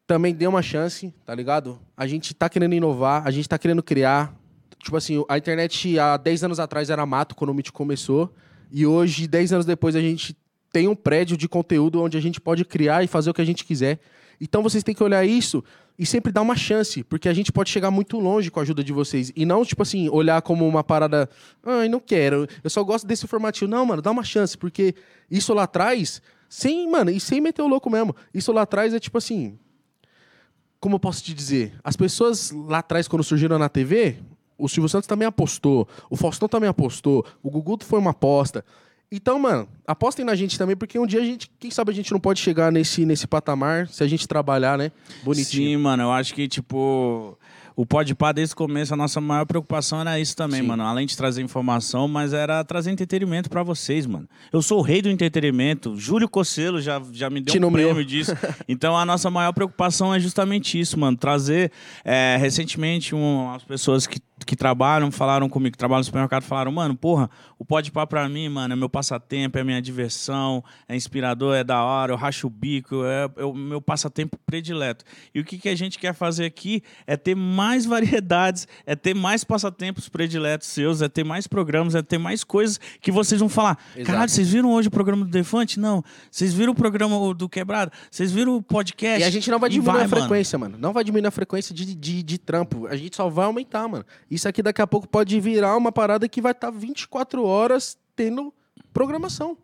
também dê uma chance, tá ligado? A gente tá querendo inovar, a gente tá querendo criar. Tipo assim, a internet há 10 anos atrás era mato quando o Meet começou, e hoje, 10 anos depois, a gente tem um prédio de conteúdo onde a gente pode criar e fazer o que a gente quiser. Então vocês têm que olhar isso e sempre dar uma chance, porque a gente pode chegar muito longe com a ajuda de vocês. E não, tipo assim, olhar como uma parada. Ai, não quero, eu só gosto desse formatinho. Não, mano, dá uma chance, porque isso lá atrás. Sem, mano, e sem meter o louco mesmo. Isso lá atrás é tipo assim. Como eu posso te dizer? As pessoas lá atrás, quando surgiram na TV, o Silvio Santos também apostou, o Faustão também apostou, o Guguto foi uma aposta. Então, mano, apostem na gente também, porque um dia a gente, quem sabe a gente não pode chegar nesse, nesse patamar se a gente trabalhar, né? Bonitinho.
Sim, mano, eu acho que, tipo, o Podpah desde o começo, a nossa maior preocupação era isso também, mano. Além de trazer informação, mas era trazer entretenimento pra vocês, mano. Eu sou o rei do entretenimento, Júlio Cocelo já, já me deu
Te
um
nomeou.
prêmio disso. Então, a nossa maior preocupação é justamente isso, mano. Trazer, é, recentemente, um, as pessoas que que trabalham, falaram comigo, que trabalham no supermercado, falaram, mano, porra, o pode pá pra mim, mano, é meu passatempo, é minha diversão, é inspirador, é da hora, eu racho o bico, é, é o meu passatempo predileto. E o que, que a gente quer fazer aqui é ter mais variedades, é ter mais passatempos prediletos seus, é ter mais programas, é ter mais coisas que vocês vão falar.
Exato.
Caralho, vocês viram hoje o programa do Defante? Não. Vocês viram o programa do Quebrado? Vocês viram o podcast?
E a gente não vai
E
diminuir a
mano.
frequência, mano. Não vai diminuir a frequência de, de, de trampo. A gente só vai aumentar, mano. Isso aqui daqui a pouco pode virar uma parada que vai tá estar 24 horas tendo programação.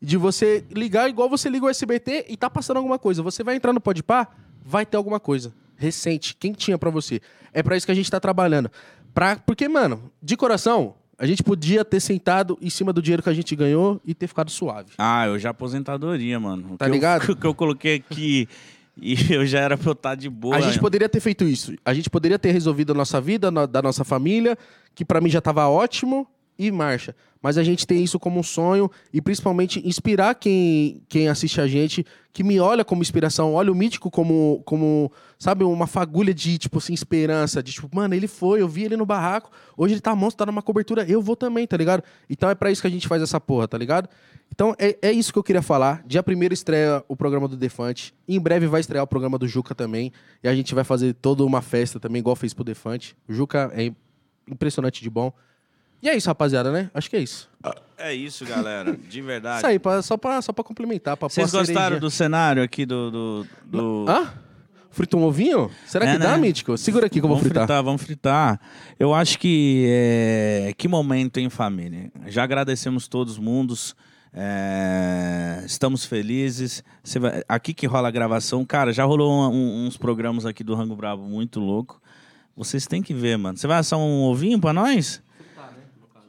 De você ligar igual você liga o SBT e tá passando alguma coisa. Você vai entrar no Podpah, vai ter alguma coisa. recente, quem tinha pra você. É pra isso que a gente tá trabalhando. Pra... Porque, mano, de coração, a gente podia ter sentado em cima do dinheiro que a gente ganhou e ter ficado suave.
Ah, eu já aposentadoria, mano. O
Tá
que eu-
ligado?
o que eu coloquei aqui e eu já era pra eu estar de boa.
a gente
né?
poderia ter feito isso. A gente poderia ter resolvido a nossa vida, no- da nossa família, que pra mim já tava ótimo e marcha. Mas a gente tem isso como um sonho e principalmente inspirar quem, quem assiste a gente, que me olha como inspiração, olha o mítico como, como sabe, uma fagulha de tipo assim, esperança, de tipo, mano, ele foi, eu vi ele no barraco, hoje ele tá monstro, tá numa cobertura, eu vou também, tá ligado? Então é pra isso que a gente faz essa porra, tá ligado? Então é, é isso que eu queria falar. Dia 1 estreia o programa do Defante. Em breve vai estrear o programa do Juca também. E a gente vai fazer toda uma festa também, igual fez pro Defante. O Juca é im- impressionante de bom. E é isso, rapaziada, né? Acho que é isso.
É isso, galera. De verdade.
Isso aí, pra- só, pra, só pra complementar. Pra pôr
Vocês
a
gostaram
cerejinha.
do cenário aqui do. do, do...
Hã? Frita um ovinho? Será que
É,
dá,
né?
Mítico? Segura aqui que eu vou
vamos
fritar.
Vamos fritar. Eu acho que. é, Que momento, hein, família? Já agradecemos todos mundos. é, Estamos felizes. Você vai- Aqui que rola a gravação. Cara, já rolou um- uns programas aqui do Rango Brabo muito louco. Vocês têm que ver, mano. Você vai assar um ovinho pra nós?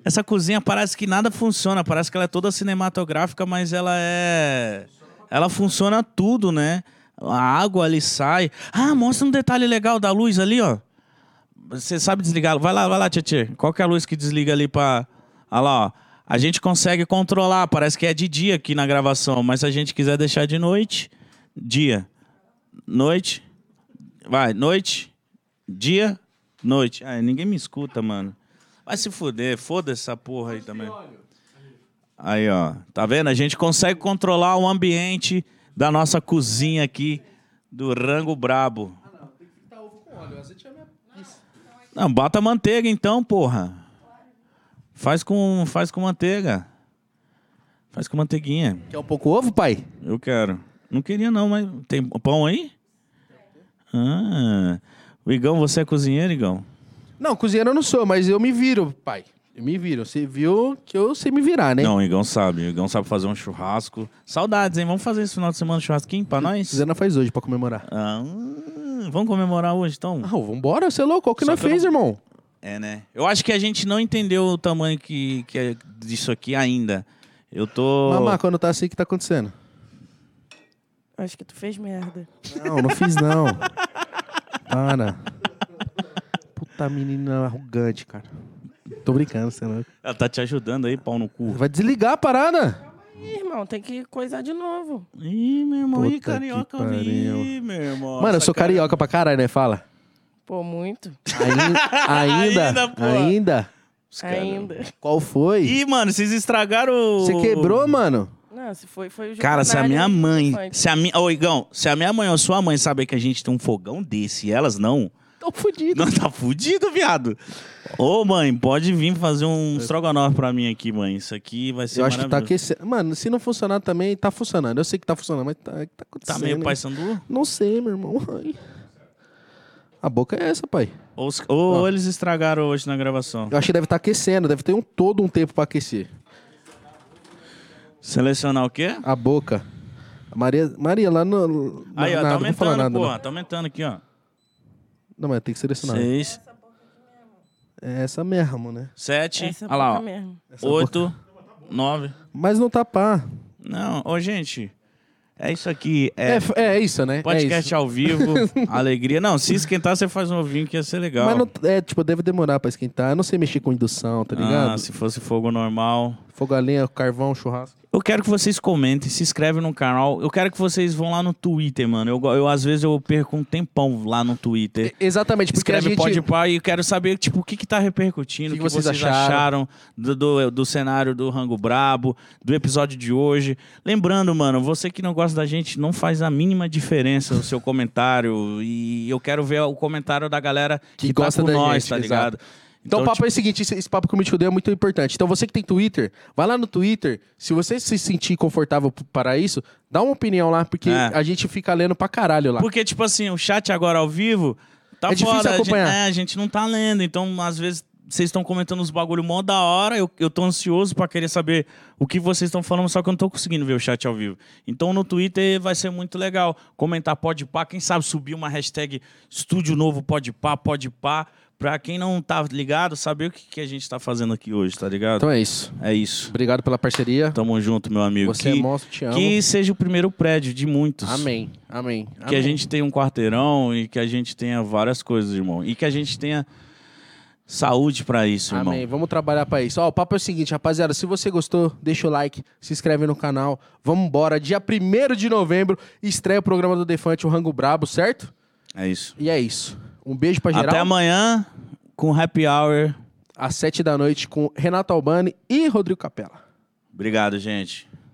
Essa cozinha parece que nada funciona, parece que ela é toda cinematográfica, mas ela é. Ela funciona tudo, né? A água ali sai. Ah, mostra um detalhe legal da luz ali, ó. Você sabe desligar. Vai lá, vai lá, Tietê. Qual que é a luz que desliga ali pra. Olha lá, ó. A gente consegue controlar, parece que é de dia aqui na gravação, mas se a gente quiser deixar de noite, dia. Noite. Vai, noite. Dia. Noite. Ah, ninguém me escuta, mano. Vai se fuder, foda essa porra aí também. Aí, ó. Tá vendo? A gente consegue controlar o ambiente da nossa cozinha aqui do Rango Brabo. Não, é bota manteiga então, porra. Faz com, faz com manteiga. Faz com manteiguinha.
Quer um pouco ovo, pai?
Eu quero. Não queria não, mas tem pão aí? Ah. O Igão, você é cozinheiro, Igão?
Não, cozinheiro eu não sou, mas eu me viro, pai. Eu me viro. Você viu que eu sei me virar, né?
Não, o Igão sabe. O Igão sabe fazer um churrasco. Saudades, hein? Vamos fazer esse final de semana um churrasquinho pra nós?
Suzana faz hoje pra comemorar.
Ah, vamos comemorar hoje, então?
Ah, vambora, você é louco. O que
Só
nós
que eu
fez,
não-
irmão?
É, né? Eu acho que a gente não entendeu o tamanho que, que é disso aqui ainda. Eu tô.
Mamá, quando tá assim, o que tá acontecendo?
Acho que tu fez merda.
Não, não fiz não. Para. Puta menina arrogante, cara. Tô brincando, você é louco.
Ela tá te ajudando aí, pau no cu.
Vai desligar a parada.
Ih, irmão, tem que coisar de novo.
Ih, meu irmão,
Puta ih, carioca, que pariu. ih,
meu irmão.
Mano, eu sou carioca pra caralho, né? Fala.
Pô, muito.
Ainda, ainda, ainda.
Ainda.
Qual foi?
Ih, mano, vocês estragaram o.
Você quebrou, mano?
Não, se foi, foi o
Cara, se a minha
Jornalho
mãe.
Elefante.
Se a minha. Ô, Igão, se a minha mãe ou sua mãe saber que a gente tem um fogão desse e elas não.
Tô fudido.
Não, tá fudido, viado. Ô, mãe, pode vir fazer um estrogonofe pra mim aqui, mãe. Isso aqui vai ser
Eu acho que tá
maravilhoso.
aquecendo. Mano, se não funcionar também, tá funcionando. Eu sei que tá funcionando, mas tá, tá acontecendo.
Tá meio
hein?
pai sandu?
Não sei, meu irmão. Ai. A boca é essa, pai.
Ou, os- ou eles estragaram hoje na gravação?
Eu acho que deve estar aquecendo, deve ter um todo um tempo pra aquecer.
Selecionar o quê?
A boca. A Maria, Maria lá no. na-
Aí, ó,
nada,
tá
não vou falar
aumentando,
nada,
porra.
Não.
Tá aumentando aqui, ó.
não, mas tem que selecionar.
Seis,
É essa mesmo, né?
sete,
Essa é
olha lá,
boca
ó.
mesmo.
Essa
Oito, nove.
Mas não tá tapar.
Não, ô, gente. É isso aqui.
É,
É,
f- é, isso, né? É
podcast
isso.
ao vivo, alegria. Não, se esquentar, você faz um ovinho que ia ser legal.
Mas não, é, tipo, deve demorar pra esquentar. Eu não sei mexer com indução, tá ligado?
Ah, se fosse fogo normal.
Fogo a lenha, carvão, churrasco.
Eu quero que vocês comentem, se inscrevem no canal. Eu quero que vocês vão lá no Twitter, mano. Eu, go- eu às vezes eu perco um tempão lá no Twitter.
Exatamente, porque
Escreve
a gente...
pode par e eu quero saber tipo o que que tá repercutindo, o
Que
que,
vocês
vocês,
acharam?
acharam, do, do, do cenário do Rango Brabo, do episódio de hoje. Lembrando, mano, você que não gosta da gente, não faz a mínima diferença o seu comentário e eu quero ver o comentário da galera que, tá
gosta
com
da
nós,
gente,
tá
exato.
ligado?
Então, o papo
tipo,
é o seguinte, esse, esse papo que o Mitch deu é muito importante. Então, você que tem Twitter, vai lá no Twitter. Se você se sentir confortável p- para isso, dá uma opinião lá, porque
É.
a gente fica lendo pra caralho lá.
Porque, tipo assim, o chat agora ao vivo tá
É difícil
fora. a gente-
acompanhar.
é, a gente não tá lendo, então às vezes vocês estão comentando os bagulho mó da hora, eu, eu tô ansioso pra querer saber o que vocês estão falando, só que eu não tô conseguindo ver o chat ao vivo. Então no Twitter vai ser muito legal. Comentar pode pá, quem sabe subir uma hashtag Estúdio Novo pode pá, pode pá, pra quem não tá ligado, saber o que, que a gente tá fazendo aqui hoje, tá ligado?
Então é isso.
É isso.
Obrigado pela parceria.
Tamo junto, meu amigo.
Você
Então, que,
é monstro, te amo.
Que seja o primeiro prédio de muitos.
Amém, amém.
Que a
amém.
gente tenha um quarteirão e que a gente tenha várias coisas, irmão. E que a gente tenha saúde pra é isso, irmão.
Amém. Vamos trabalhar pra isso. Ó, o papo é o seguinte, rapaziada. Se você gostou, deixa o like, se inscreve no canal. Vamos embora. Dia 1 de novembro, estreia o programa do Defante, o Rango Brabo, certo?
É isso.
E é isso. Um beijo pra geral.
Até amanhã com Happy Hour.
Às 7 da noite com Renato Albani e Rodrigo Capela.
Obrigado, gente.